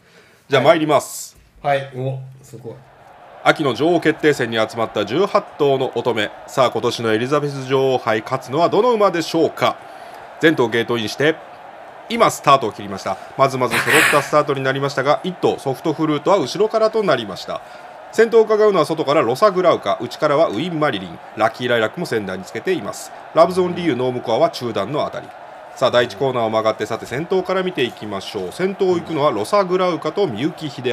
Speaker 1: じゃあ参ります、
Speaker 2: はい。おすごい。
Speaker 1: 秋の女王決定戦に集まった18頭の乙女さあ今年のエリザベス女王杯勝つのはどの馬でしょうか全頭ゲートインして今スタートを切りましたまずまず揃ったスタートになりましたが1頭ソフトフルートは後ろからとなりました先頭を伺うのは外からロサグラウカ内からはウィン・マリリンラッキー・ライラックも先団につけていますラブゾーン・リーユ・ノームコアは中段のあたりさあ第1コーナーを曲がってさて先頭から見ていきましょう先頭を行くのはロサグラウカと結城秀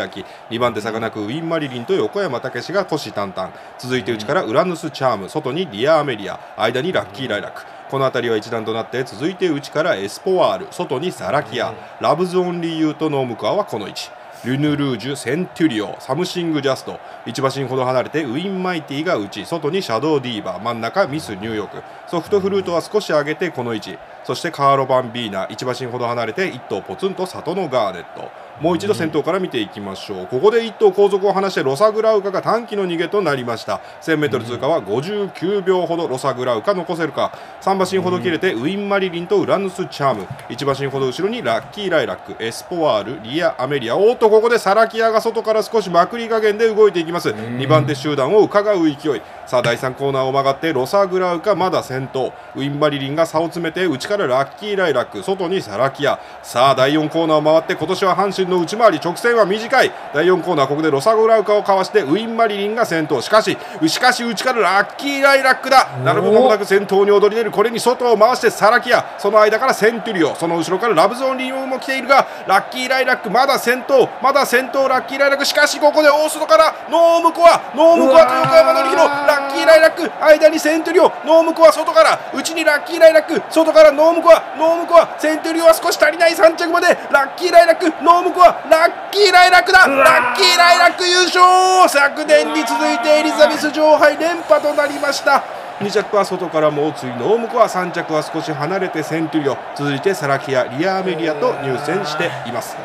Speaker 1: 明2番手差がなくウィン・マリリンと横山武史が虎視眈々続いて内からウラヌス・チャーム外にリア・アメリア間にラッキー・ライラックこの辺りは一段となって続いて内からエスポワール外にサラキアラブズ・オンリー・ユーとノームクアはこの位置ルヌ・ルージュ、センテュリオ、サムシング・ジャスト、1馬身ほど離れてウィン・マイティが内、外にシャドー・ディーバー、真ん中、ミス・ニューヨーク、ソフトフルートは少し上げてこの位置、そしてカーロ・バンビーナ、1馬身ほど離れて1頭ポツンと里のガーネット、もう一度先頭から見ていきましょう、ここで1頭後続を離してロサグラウカが短期の逃げとなりました、1000m 通過は59秒ほど、ロサグラウカ残せるか、3馬身ほど切れてウィン・マリリンとウラヌス・チャーム、1馬身ほど後ろにラッキー・ライラック、エスポワール、リア・アメリア、おっと、ここでサラキアが外から少しまくり加減で動いていきます、2番手集団を伺う勢い、さあ、第3コーナーを曲がって、ロサグラウカ、まだ先頭、ウィン・マリリンが差を詰めて、内からラッキー・ライラック、外にサラキア、さあ、第4コーナーを回って、今年は阪神の内回り、直線は短い、第4コーナー、ここでロサグラウカをかわして、ウィン・マリリンが先頭、しかし、しかし、内からラッキー・ライラックだ、並ぶ間もなく先頭に躍り出る、これに外を回して、サラキア、その間からセントゥリオ、その後ろからラブゾーン・リームも来ているが、ラッキー・ライラック、まだ先頭、まだ先頭、ラッキー・ライラック、しかし、ここで大外から、ノームコア、ノームコアと横山典弘、ラッキー・ライラック、間にセントゥリオ、ノームコア、外から、内にラッキー・ライラック、外からノームコア、ノームコア、セントゥリオは少し足りない3着まで、ラッキー・ライラック、ノームコア、ラッキー・ライラックだ、ラッキー・ライラック優勝昨年に続いてエリザベス女王杯連覇となりました。2着は外から猛追ノームコア3着は少し離れてセントゥリオ続いてサラキアリアアメリアと入選しています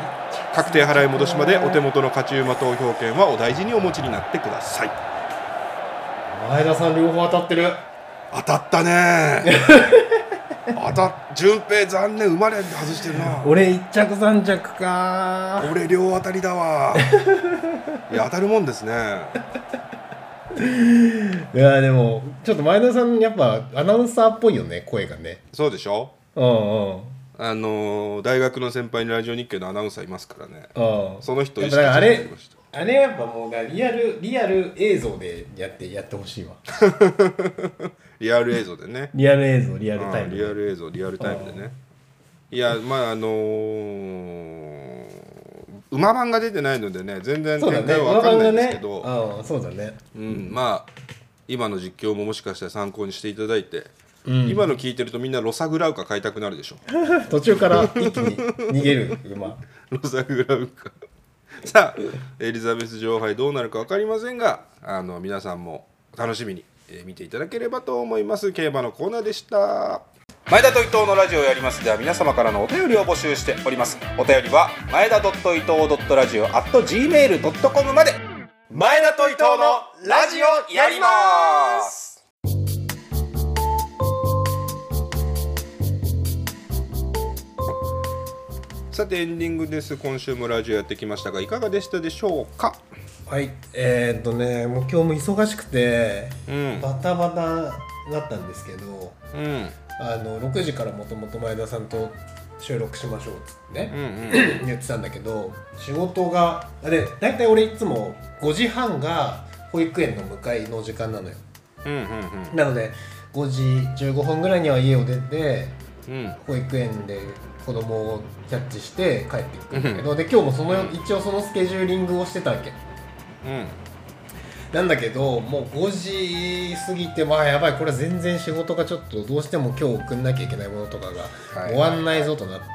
Speaker 1: 確定払い戻しまでお手元の勝ち馬投票券はお大事にお持ちになってください
Speaker 2: 前田さん両方当たってる。
Speaker 1: 当たったね当たっ順平残念生まれ外してるな
Speaker 2: 俺一着三着か。
Speaker 1: 俺両当たりだわいや当たるもんですね
Speaker 2: いやでもちょっと前田さんやっぱアナウンサーっぽいよね声がね
Speaker 1: そうでしょ
Speaker 2: うんうん
Speaker 1: あのー大学の先輩にラジオ日経のアナウンサーいますからね
Speaker 2: うん
Speaker 1: その人
Speaker 2: や
Speaker 1: 意
Speaker 2: っ
Speaker 1: 識
Speaker 2: ぱだからあ
Speaker 1: して
Speaker 2: れ
Speaker 1: みました
Speaker 2: あれやっぱもうなリアルリアル映像でやってやってほしいわ
Speaker 1: リアル映像でね
Speaker 2: リアル映像リアルタイ
Speaker 1: うん
Speaker 2: ム
Speaker 1: リアル映像リアルタイムでねいやまああのー馬番が出てないのでね全然
Speaker 2: そうだ
Speaker 1: 展
Speaker 2: ね
Speaker 1: 開は分
Speaker 2: 馬
Speaker 1: か
Speaker 2: 番
Speaker 1: んな
Speaker 2: が
Speaker 1: いんです
Speaker 2: ね
Speaker 1: けど、
Speaker 2: うんそうだね
Speaker 1: うん、まあ今の実況ももしかしたら参考にしていただいて、
Speaker 2: うん
Speaker 1: 今の聞いてるとみんなロサグラウカ買いたくなるでしょ
Speaker 2: 途中から一気に逃げる馬
Speaker 1: ロサグラウカ さあエリザベス女王杯どうなるか分かりませんがあの皆さんも楽しみにえー見ていただければと思います競馬のコーナーでした前田と伊藤のラジオをやりますでは皆様からのお便りを募集しておりますお便りは前田伊藤ラジオ at gmail.com まで前田と伊藤のラジオやりますさてエンディングです今週もラジオやってきましたがいかがでしたでしょうか
Speaker 2: はいえー、っとねもう今日も忙しくて
Speaker 1: うん
Speaker 2: バタバタだったんですけど
Speaker 1: うんうん
Speaker 2: あの6時からもともと前田さんと収録しましょうっつっ
Speaker 1: う
Speaker 2: てね、
Speaker 1: ん
Speaker 2: 言ってたんだけど仕事があれ大体俺いつも5時半が保育園の迎えの時間なのよ
Speaker 1: うんうん
Speaker 2: なので5時15分ぐらいには家を出て
Speaker 1: うんうん
Speaker 2: 保育園で子供をキャッチして帰ってくるんだけどで今日もその一応そのスケジューリングをしてたわけ
Speaker 1: うん
Speaker 2: なんだけどもう5時過ぎてまあやばいこれは全然仕事がちょっとどうしても今日送んなきゃいけないものとかが
Speaker 1: はい
Speaker 2: 終わんないぞとなって、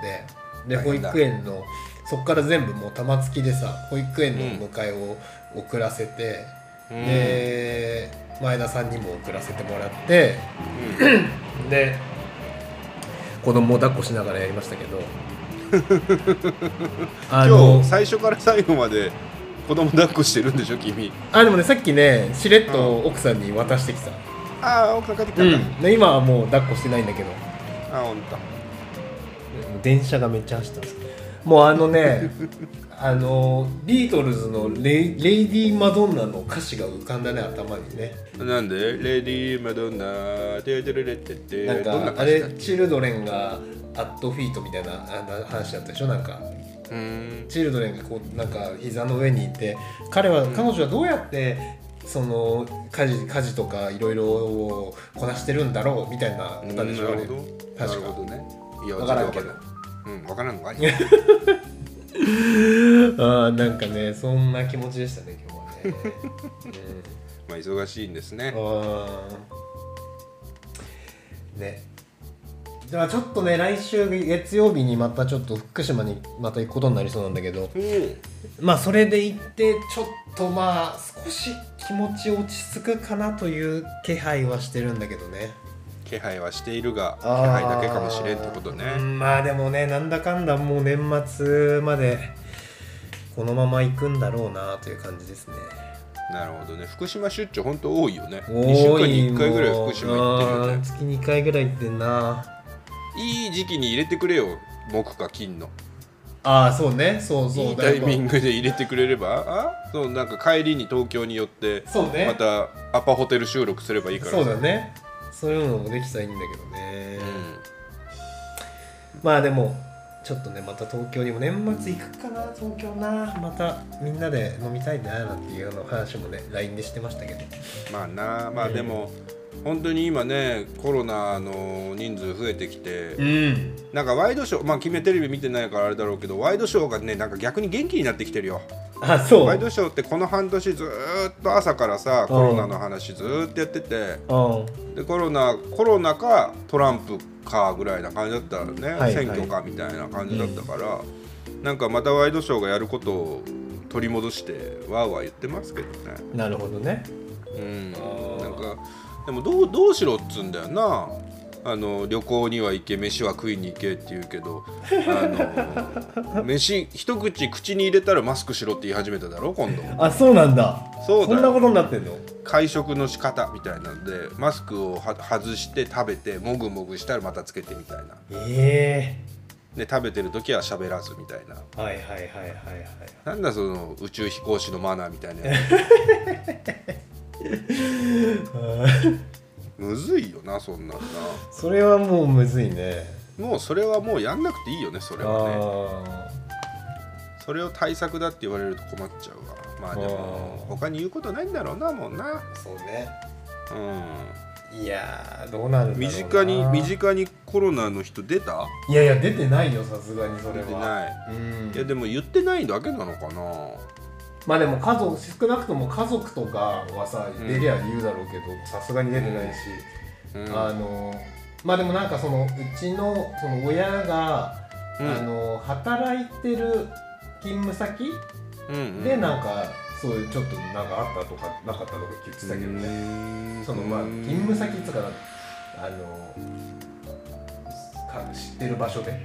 Speaker 2: で
Speaker 1: 大
Speaker 2: 保
Speaker 1: 変だ
Speaker 2: 育園のそこから全部もう玉突きでさ保育園の迎えを送らせて、
Speaker 1: うん
Speaker 2: で前田さんにも送らせてもらって で子供を抱っこしながらやりまし たけどあ
Speaker 1: 今
Speaker 2: の
Speaker 1: 日最初から最後まで子供抱っこしてるんでしょ君
Speaker 2: あでもねさっきねしれっと奥さんに渡してきた。
Speaker 1: ああ奥さん帰ってきたんだ、
Speaker 2: うん、で今はもう抱っこしてないんだけど
Speaker 1: ああほんと
Speaker 2: 電車がめっちゃ走ったんですもうあ のねあのビートルズのレイ「レイディー・マドンナ」の歌詞が浮かんだね頭にね
Speaker 1: なんでレディーマドンナデレデレってって
Speaker 2: なん
Speaker 1: どんな
Speaker 2: かあ
Speaker 1: 感じだ
Speaker 2: れチルドレンが「アット・フィート」みたいなあの話だったでしょなんか
Speaker 1: うーん
Speaker 2: チルドレンがこうなんか膝の上にいて彼は彼女はどうやってその家事家事とかいろいろをこなしてるんだろうみたいな歌でしょあれ
Speaker 1: なる
Speaker 2: 確
Speaker 1: ほ
Speaker 2: か
Speaker 1: どねいや
Speaker 2: わからんけど
Speaker 1: ちょっとわかんないうんわからんの かいう
Speaker 2: あーなんかねそんな気持ちでしたね今日 はね、
Speaker 1: まあ忙しいんですね
Speaker 2: うん、あーねではちょっとね来週月曜日にまたちょっと福島にまた行くことになりそうなんだけど
Speaker 1: うん
Speaker 2: まあそれで行ってちょっとまあ少し気持ち落ち着くかなという気配はしてるんだけどね
Speaker 1: 気配はしているが気配だけかもしれんってこと
Speaker 2: あーう
Speaker 1: ね
Speaker 2: んまあでもねなんだかんだもう年末までこのまま行くんだろうなという感じですね
Speaker 1: なるほどね福島出張ほんと多いよね
Speaker 2: 多い
Speaker 1: 2週間に1回ぐらい福島行ってる
Speaker 2: も
Speaker 1: よ
Speaker 2: う
Speaker 1: ね
Speaker 2: 月2回ぐらい行ってんない
Speaker 1: い時期に入れてくれよ木か金の
Speaker 2: ああそうねそうそう
Speaker 1: いいタイミン
Speaker 2: グ
Speaker 1: グで入れてくれればあそうなんか帰りに東京に寄って
Speaker 2: そうね
Speaker 1: またアパホテル収録すればいいから
Speaker 2: そうだねそういうのもできたらいいんだけどね、
Speaker 1: うん
Speaker 2: まあでもちょっとねまた東京にも年末行くかな東京なまたみんなで飲みたいななんていうような話もね LINE でしてましたけど
Speaker 1: まあなまあでも、本当に今ねコロナの人数増えてきて、
Speaker 2: ん
Speaker 1: なんかワイドショーまあ君はテレビ見てないからあれだろうけどワイドショーがねなんか逆に元気になってきてるよ
Speaker 2: あそう
Speaker 1: ワイドショーってこの半年ずーっと朝からさコロナの話ずーっとやってて
Speaker 2: うん
Speaker 1: でコロナコロナかトランプかぐらいな感じだったらね、
Speaker 2: はい
Speaker 1: 選挙かみたいな感じだったから、なんかまたワイドショーがやることを取り戻してわーわー言ってますけどね
Speaker 2: なるほどね
Speaker 1: うん
Speaker 2: ー
Speaker 1: なんかでもどうどうしろっつうんだよなあの旅行には行け飯は食いに行けって言うけどあの 飯一口口に入れたらマスクしろって言い始めただろ今 度
Speaker 2: あそうなんだ
Speaker 1: そうだよ
Speaker 2: そんなことになってんの
Speaker 1: 会食の仕方みたいなのでマスクをは外して食べてもぐもぐしたらまたつけてみたいな
Speaker 2: え
Speaker 1: で食べてる時は喋らずみたいな
Speaker 2: えは いはいはいはいはい
Speaker 1: なんだその宇宙飛行士のマナーみたいなやつむずいよなそんなんな
Speaker 2: それはもうむずいね
Speaker 1: もうそれはもうやんなくていいよねそれはね
Speaker 2: あ
Speaker 1: それを対策だって言われると困っちゃうわまあでも
Speaker 2: あー
Speaker 1: 他に言うことないんだろうなもんな
Speaker 2: あそうね
Speaker 1: う
Speaker 2: いやーどうなるんだろ
Speaker 1: ん身
Speaker 2: うな
Speaker 1: 近に身近にコロナの人出た
Speaker 2: いやいや出てないよさすがにそ
Speaker 1: 出
Speaker 2: れは
Speaker 1: てない
Speaker 2: うん
Speaker 1: いやでも言ってないだけなのかな
Speaker 2: まあでも家族少なくとも家族とかはさ
Speaker 1: ん
Speaker 2: 出りゃ言うだろうけどさすがに出てないし、
Speaker 1: うん
Speaker 2: あのまあでもなんかそのうちのその親が、
Speaker 1: うん
Speaker 2: あの働いてる勤務先
Speaker 1: うんうん
Speaker 2: でなんか、そういうちょっとなんかあったとかなかったとか言ってたけどね、
Speaker 1: ね
Speaker 2: そのまあ勤務先っつうかあのか知ってる場所で
Speaker 1: はい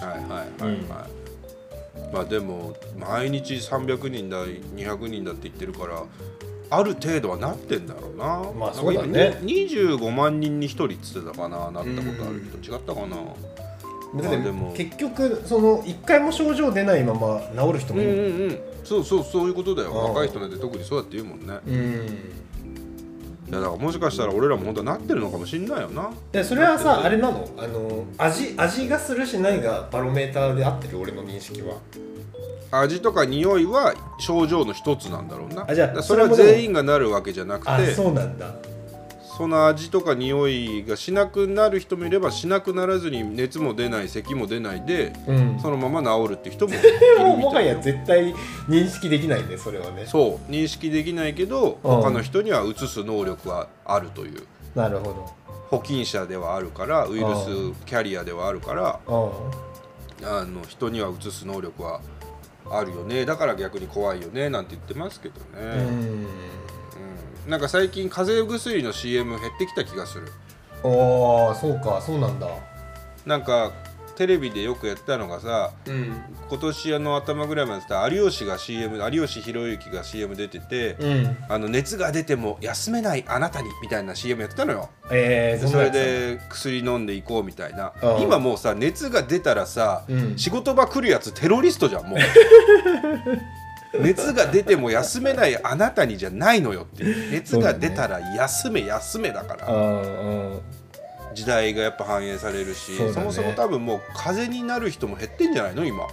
Speaker 1: はいはいはい、まあでも毎日300人だ200人だって言ってるからある程度はなってんだろうな
Speaker 2: まあ
Speaker 1: なんか
Speaker 2: そうだね
Speaker 1: 今に25万人に1人っつってたかななったことあるけど違ったかな
Speaker 2: だ
Speaker 1: ま
Speaker 2: って
Speaker 1: あでも
Speaker 2: 結局その一回も症状出ないまま治る人
Speaker 1: うん
Speaker 2: もいる
Speaker 1: う
Speaker 2: もん
Speaker 1: んう
Speaker 2: ね
Speaker 1: んそうそうそういうことだよ
Speaker 2: ああ
Speaker 1: 若い人なんて特にそうだって言うもんね
Speaker 2: うん
Speaker 1: いやだからもしかしたら俺らも本当はなってるのかもしんないよな
Speaker 2: でそれはさあれなのあの味味がするしないがバロメーターで合ってる俺の認識は
Speaker 1: 味とか匂いは症状の一つなんだろうな
Speaker 2: あじゃあ
Speaker 1: だからそれは
Speaker 2: それもでも
Speaker 1: 全員がなるわけじゃなく
Speaker 2: あ
Speaker 1: て
Speaker 2: そうなんだ
Speaker 1: その味とか匂いがしなくなる人もいればしなくならずに熱も出ない咳も出ないで
Speaker 2: うん
Speaker 1: そのまま治るって人もいる
Speaker 2: で もも
Speaker 1: み
Speaker 2: は
Speaker 1: たい
Speaker 2: や絶対認識できないねそれはね
Speaker 1: そう認識できないけど
Speaker 2: うん
Speaker 1: 他の人にはうつす能力はあるという
Speaker 2: なるほ
Speaker 1: 保菌者ではあるからウイルスキャリアではあるから
Speaker 2: ど
Speaker 1: あの人にはうつす能力はあるよねだから逆に怖いよねなんて言ってますけど
Speaker 2: うんう
Speaker 1: ね、
Speaker 2: ん
Speaker 1: うん、なんか最近風邪薬の CM 減ってきた気がする
Speaker 2: ああそうかそうなんだ
Speaker 1: なんかテレビでよくやったのがさ
Speaker 2: うん
Speaker 1: 今年あの頭ぐらいまでさ有吉が CM 有吉弘行が CM 出てて、
Speaker 2: うん
Speaker 1: あの熱が出ても休めないあなたにみたいな CM やってたのよ
Speaker 2: えー、
Speaker 1: そ
Speaker 2: んな
Speaker 1: れ
Speaker 2: やつ
Speaker 1: で薬飲んでいこうみたいな
Speaker 2: ああ
Speaker 1: 今もうさ熱が出たらさ、
Speaker 2: うん
Speaker 1: 仕事場来るやつテロリストじゃ んもう熱が出ても休めないあなたにじゃないのよっていう熱が出たら休め休めだから
Speaker 2: あー
Speaker 1: 時代がやっぱ反映されるし
Speaker 2: そ
Speaker 1: そ,、
Speaker 2: うだね
Speaker 1: もそも多分もう風邪になる人も減ってんじゃないの今こ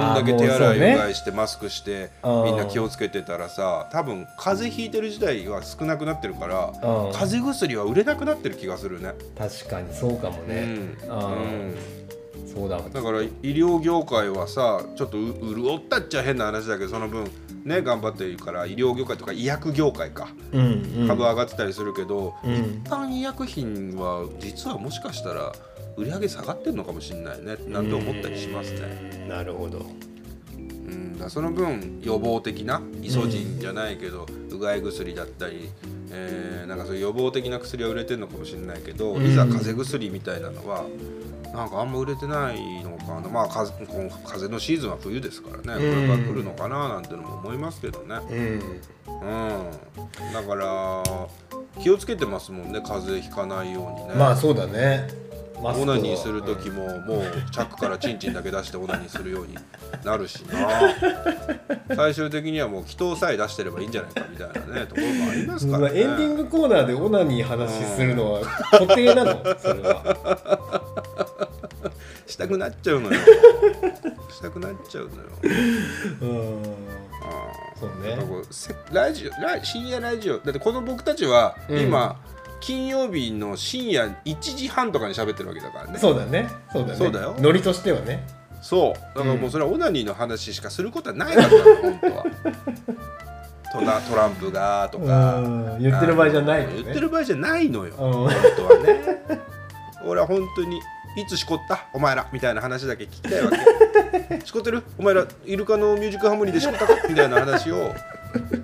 Speaker 1: んだ
Speaker 2: あー
Speaker 1: け
Speaker 2: もう
Speaker 1: 手洗い
Speaker 2: そうね
Speaker 1: うがいしてマスクして
Speaker 2: あー
Speaker 1: みんな気をつけてたらさ多分風邪ひいてる時代が少なくなってるから
Speaker 2: あー
Speaker 1: 風邪薬は売れなくなってる気がするね
Speaker 2: 確かにそうかもね、
Speaker 1: うん
Speaker 2: あ
Speaker 1: う
Speaker 2: ー
Speaker 1: ん
Speaker 2: そうだもん
Speaker 1: だから医療業界はさちょっとう潤ったっちゃ変な話だけどその分ね頑張ってるから医療業界とか医薬業界か
Speaker 2: うんうん
Speaker 1: 株上がってたりするけど、
Speaker 2: うん
Speaker 1: 一般医薬品は実はもしかしたら売り上げ下がってるのかもしれないねなんて思ったりしますね。
Speaker 2: うんなるほど
Speaker 1: うん、だからその分予防的なイソジンじゃないけど、うがい薬だったり、えーなんかそういう予防的な薬は売れてるのかもしれないけど、
Speaker 2: うん
Speaker 1: いざ風邪薬みたいなのはなんかあんま売れてないのかなまあ風この風邪のシーズンは冬ですからねこれから来るのかななんてのも思いますけどね。
Speaker 2: う
Speaker 1: う
Speaker 2: ん
Speaker 1: ん、だから気をつけてますもんね風邪ひかないようにね、
Speaker 2: まあそうだねマスク
Speaker 1: オ
Speaker 2: は
Speaker 1: ナニーする時も、もうチャックからチンチンだけ出してオナニーするようになるし な最終的にはもう祈祷さえ出してればいいんじゃないかみたいなねところもあります
Speaker 2: う
Speaker 1: か
Speaker 2: ん
Speaker 1: らね
Speaker 2: エンディングコーナーでオナニー話するのは固定なのそれは
Speaker 1: したくなっちゃうのよしたくなっちゃうのよ
Speaker 2: うんそう
Speaker 1: だから
Speaker 2: ね
Speaker 1: こうせラジオラ深夜ラジオだってこの僕たちは
Speaker 2: うん
Speaker 1: 今、金曜日の深夜1時半とかに喋ってるわけだからね
Speaker 2: そうだねそうだね
Speaker 1: そうだよ
Speaker 2: ノリとしてはね
Speaker 1: そうだからもうそれはオナニーの話しかすることはないから本当 はトラトランプがとか
Speaker 2: うん言ってる場合じゃないよね
Speaker 1: 言ってる場合じゃないのよ
Speaker 2: うん
Speaker 1: 本当はね俺は本当にいつしこったお前らみたいな話だけ聞きたいわ けしこってるお前らイルカのミュージックハモリでしこったかみたいな話を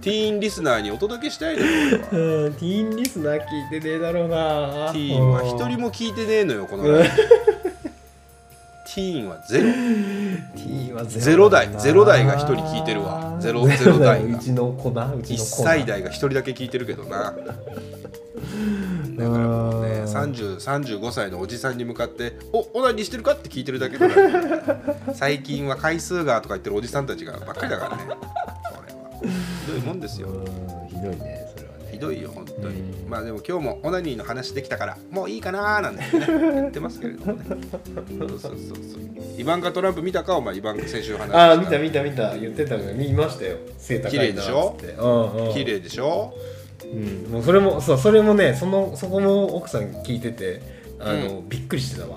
Speaker 1: ティーンリスナーにお届けしたいのよ俺は
Speaker 2: うんティーンリスナー聞いてねえだろうな
Speaker 1: ティーンは一人も聞いてねえのよこのラジオ ティーンはゼロ
Speaker 2: ティーンは
Speaker 1: ゼロ台ゼロ台が一人聞いてるわゼロゼロ台が
Speaker 2: うちの子なうち
Speaker 1: 1
Speaker 2: の子
Speaker 1: 歳代が1人だけ聞いてるけどなだからもうね
Speaker 2: うん
Speaker 1: 30 35歳のおじさんに向かって「おオナニーしてるか?」って聞いてるだけだ から最近は回数がとか言ってるおじさんたちがばっかりだからねこれはひどいもんですよ
Speaker 2: ひどいねそれはね
Speaker 1: ひどいよ本当に、まあでも今日もオナニーの話できたからもういいかなーなんて、 ね、言ってますけれどもねそうそうそうそうイバンカ・トランプ見たかお前イバンカ先週話した
Speaker 2: ああ見た見た見た言ってたの見ましたよ背高いな
Speaker 1: 綺麗でしょ
Speaker 2: つってうんうん
Speaker 1: 綺麗でしょ
Speaker 2: うん、もうそれもそうそれもねそのそこも奥さん聞いててあの、びっくりしてたわ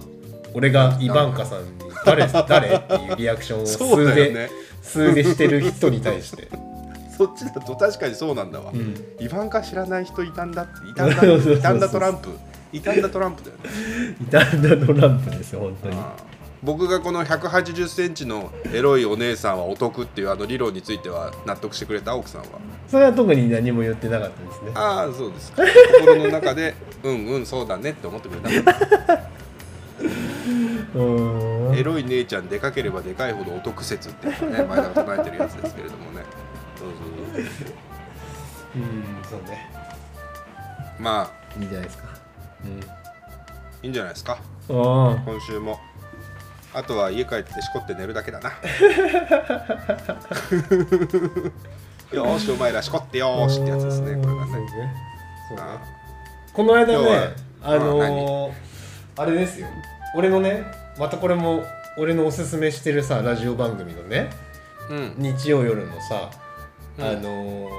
Speaker 2: 俺がイバンカさんに「 誰誰?」っていうリアクションを
Speaker 1: そう
Speaker 2: 数
Speaker 1: だ
Speaker 2: で、
Speaker 1: よね
Speaker 2: 数でしてる人に対して、
Speaker 1: そっちだと確かにそうなんだわ、
Speaker 2: うん、
Speaker 1: イバンカ知らない人いたんだっていたんだ
Speaker 2: そうそうそう
Speaker 1: いたんだトランプいたんだトランプだよね
Speaker 2: イタリアのランプですよ本当に
Speaker 1: 僕がこの1 8 0センチのエロいお姉さんはお得っていうあの理論については納得してくれた奥さんは
Speaker 2: それは特に何も言ってなかったですね
Speaker 1: ああそうですか心の中でうんうんそうだねって思ってくれた
Speaker 2: うーん
Speaker 1: エロい姉ちゃんでかければでかいほどお得説っていうのがね前田が唱えてるやつですけれどもねそうそうそう
Speaker 2: うんそうね
Speaker 1: まあ
Speaker 2: いいじゃないですか
Speaker 1: いいんじゃないですか
Speaker 2: うんあ
Speaker 1: 今週もあとは家帰ってしこって寝るだけだな よーしお前らしこってよーしってやつですねこれが
Speaker 2: そう
Speaker 1: ね
Speaker 2: ねそうね
Speaker 1: あ
Speaker 2: この間
Speaker 1: 今日は
Speaker 2: ねあのーあれですよ俺のねまたこれも俺のおすすめしてるさラジオ番組のね
Speaker 1: ーうん
Speaker 2: 日曜夜のさ、
Speaker 1: うん
Speaker 2: あのー、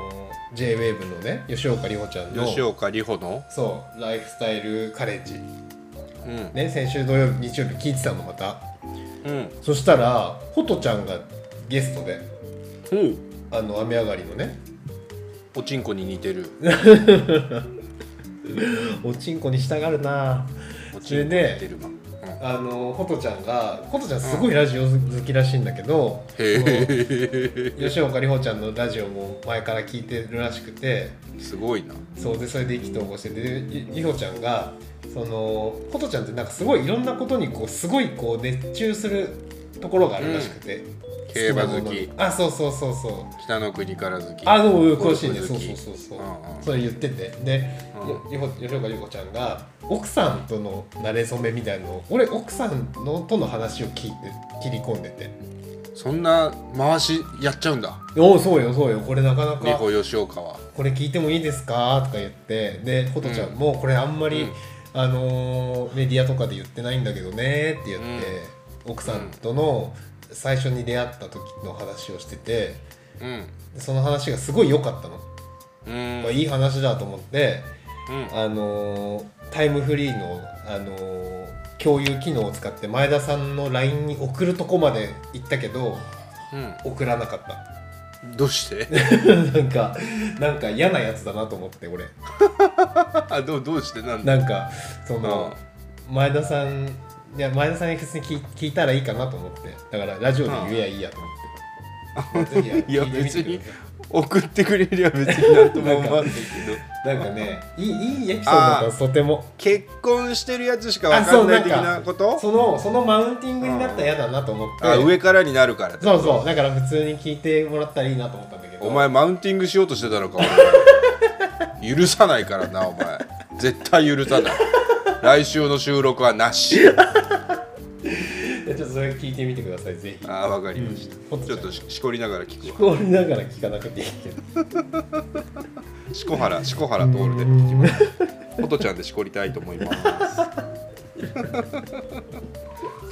Speaker 2: JWAVE のね吉岡里帆ちゃんの
Speaker 1: 吉岡里帆の
Speaker 2: そうライフスタイルカレッジ
Speaker 1: うん
Speaker 2: ね先週土曜日日曜日聞いてたのまた
Speaker 1: うん
Speaker 2: そしたらホトちゃんがゲストで
Speaker 1: ほう
Speaker 2: あの雨上がりのね
Speaker 1: おちんこに似て る
Speaker 2: おちんこに従うな
Speaker 1: おちんこに似てるわ、うん
Speaker 2: あのホトちゃんがホトちゃんすごいラジオ好きらしいんだけど、
Speaker 1: へ
Speaker 2: その吉岡里帆ちゃんのラジオも前から聞いてるらしくて
Speaker 1: え すごいな
Speaker 2: そうでそれで意気投合しててでり里帆ちゃんがそのホトちゃんってなんかすごいいろんなことにこうすごいこう熱中するところがあるらしくて、
Speaker 1: 競馬好
Speaker 2: なもの
Speaker 1: き
Speaker 2: にあそうそうそうそう
Speaker 1: 北の国から好き
Speaker 2: あでも詳しいね
Speaker 1: ゴルフ
Speaker 2: そ
Speaker 1: 好
Speaker 2: う
Speaker 1: き
Speaker 2: そうそうそう、
Speaker 1: うんうん
Speaker 2: それ言っててで、
Speaker 1: うん
Speaker 2: よよほ吉岡優子ちゃんが奥さんとの馴れ初めみたいなのを俺奥さんのとの話を聞いて切り込んでて
Speaker 1: そんな回しやっちゃうんだ
Speaker 2: 「おおそうよそうよこれなかな
Speaker 1: 里
Speaker 2: か
Speaker 1: 帆吉岡は
Speaker 2: これ聞いてもいいですか?」とか言ってでほとちゃんも「これあんまり、
Speaker 1: うん
Speaker 2: あのーメディアとかで言ってないんだけどね」って言って、奥さんとの最初に出会った時の話をしてて
Speaker 1: うん
Speaker 2: でその話がすごい良かったの。
Speaker 1: うん
Speaker 2: いい話だと思って
Speaker 1: うん
Speaker 2: あのータイムフリーの、あのー共有機能を使って前田さんの LINE に送るとこまで行ったけど送らなかった
Speaker 1: うんどうして
Speaker 2: なんかなんか嫌なやつだなと思って俺
Speaker 1: あ どうどうしてなんだ
Speaker 2: なんかその前田さんいや前田さんに普通に聞い聞いたらいいかなと思ってだからラジオで言えばいいやと思って、ぜひ
Speaker 1: いや
Speaker 2: 聞てみてください
Speaker 1: 別に送ってくれりゃ別になんとも思わないけど
Speaker 2: なんかねいいいいエピソードだったとても
Speaker 1: 結婚してるやつしかわかんない的なこと
Speaker 2: そのそのマウンティングになったら嫌だなと思って
Speaker 1: あ上からになるから
Speaker 2: そうそうだから普通に聞いてもらったらいいなと思ったんだけど
Speaker 1: お前マウンティングしようとしてたのかお 前許さないからなお前絶対許さない来週の収録はなし
Speaker 2: ちょっとそれ聞いてみてくださいぜひ
Speaker 1: ああわかりました、
Speaker 2: うん
Speaker 1: ちょっとししこりながら聞くわ
Speaker 2: 通りながら聞かなくていいけど
Speaker 1: しこはらしこはら通るで聞き ますほとちゃんでしこりたいと思います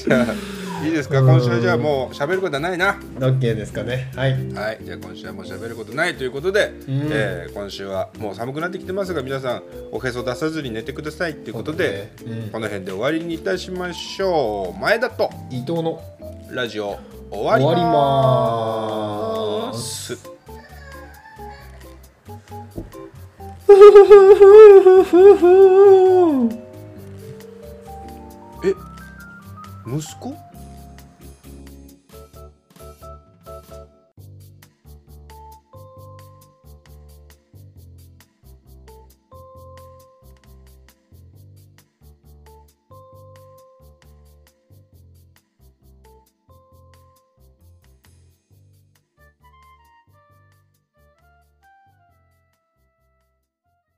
Speaker 1: じゃあいいですか今週はじゃあもう喋ることはないな
Speaker 2: OK ですかねはい
Speaker 1: はい、じゃあ今週はもう喋ることないということで、えー今週はもう寒くなってきてますが皆さんおへそ出さずに寝てくださいということで、
Speaker 2: そうだねうん
Speaker 1: この辺で終わりにいたしましょう前田と
Speaker 2: 伊藤の
Speaker 1: ラジオ
Speaker 2: 終
Speaker 1: 終わ
Speaker 2: わ
Speaker 1: り
Speaker 2: りま
Speaker 1: ま
Speaker 2: ーす
Speaker 1: すえ息子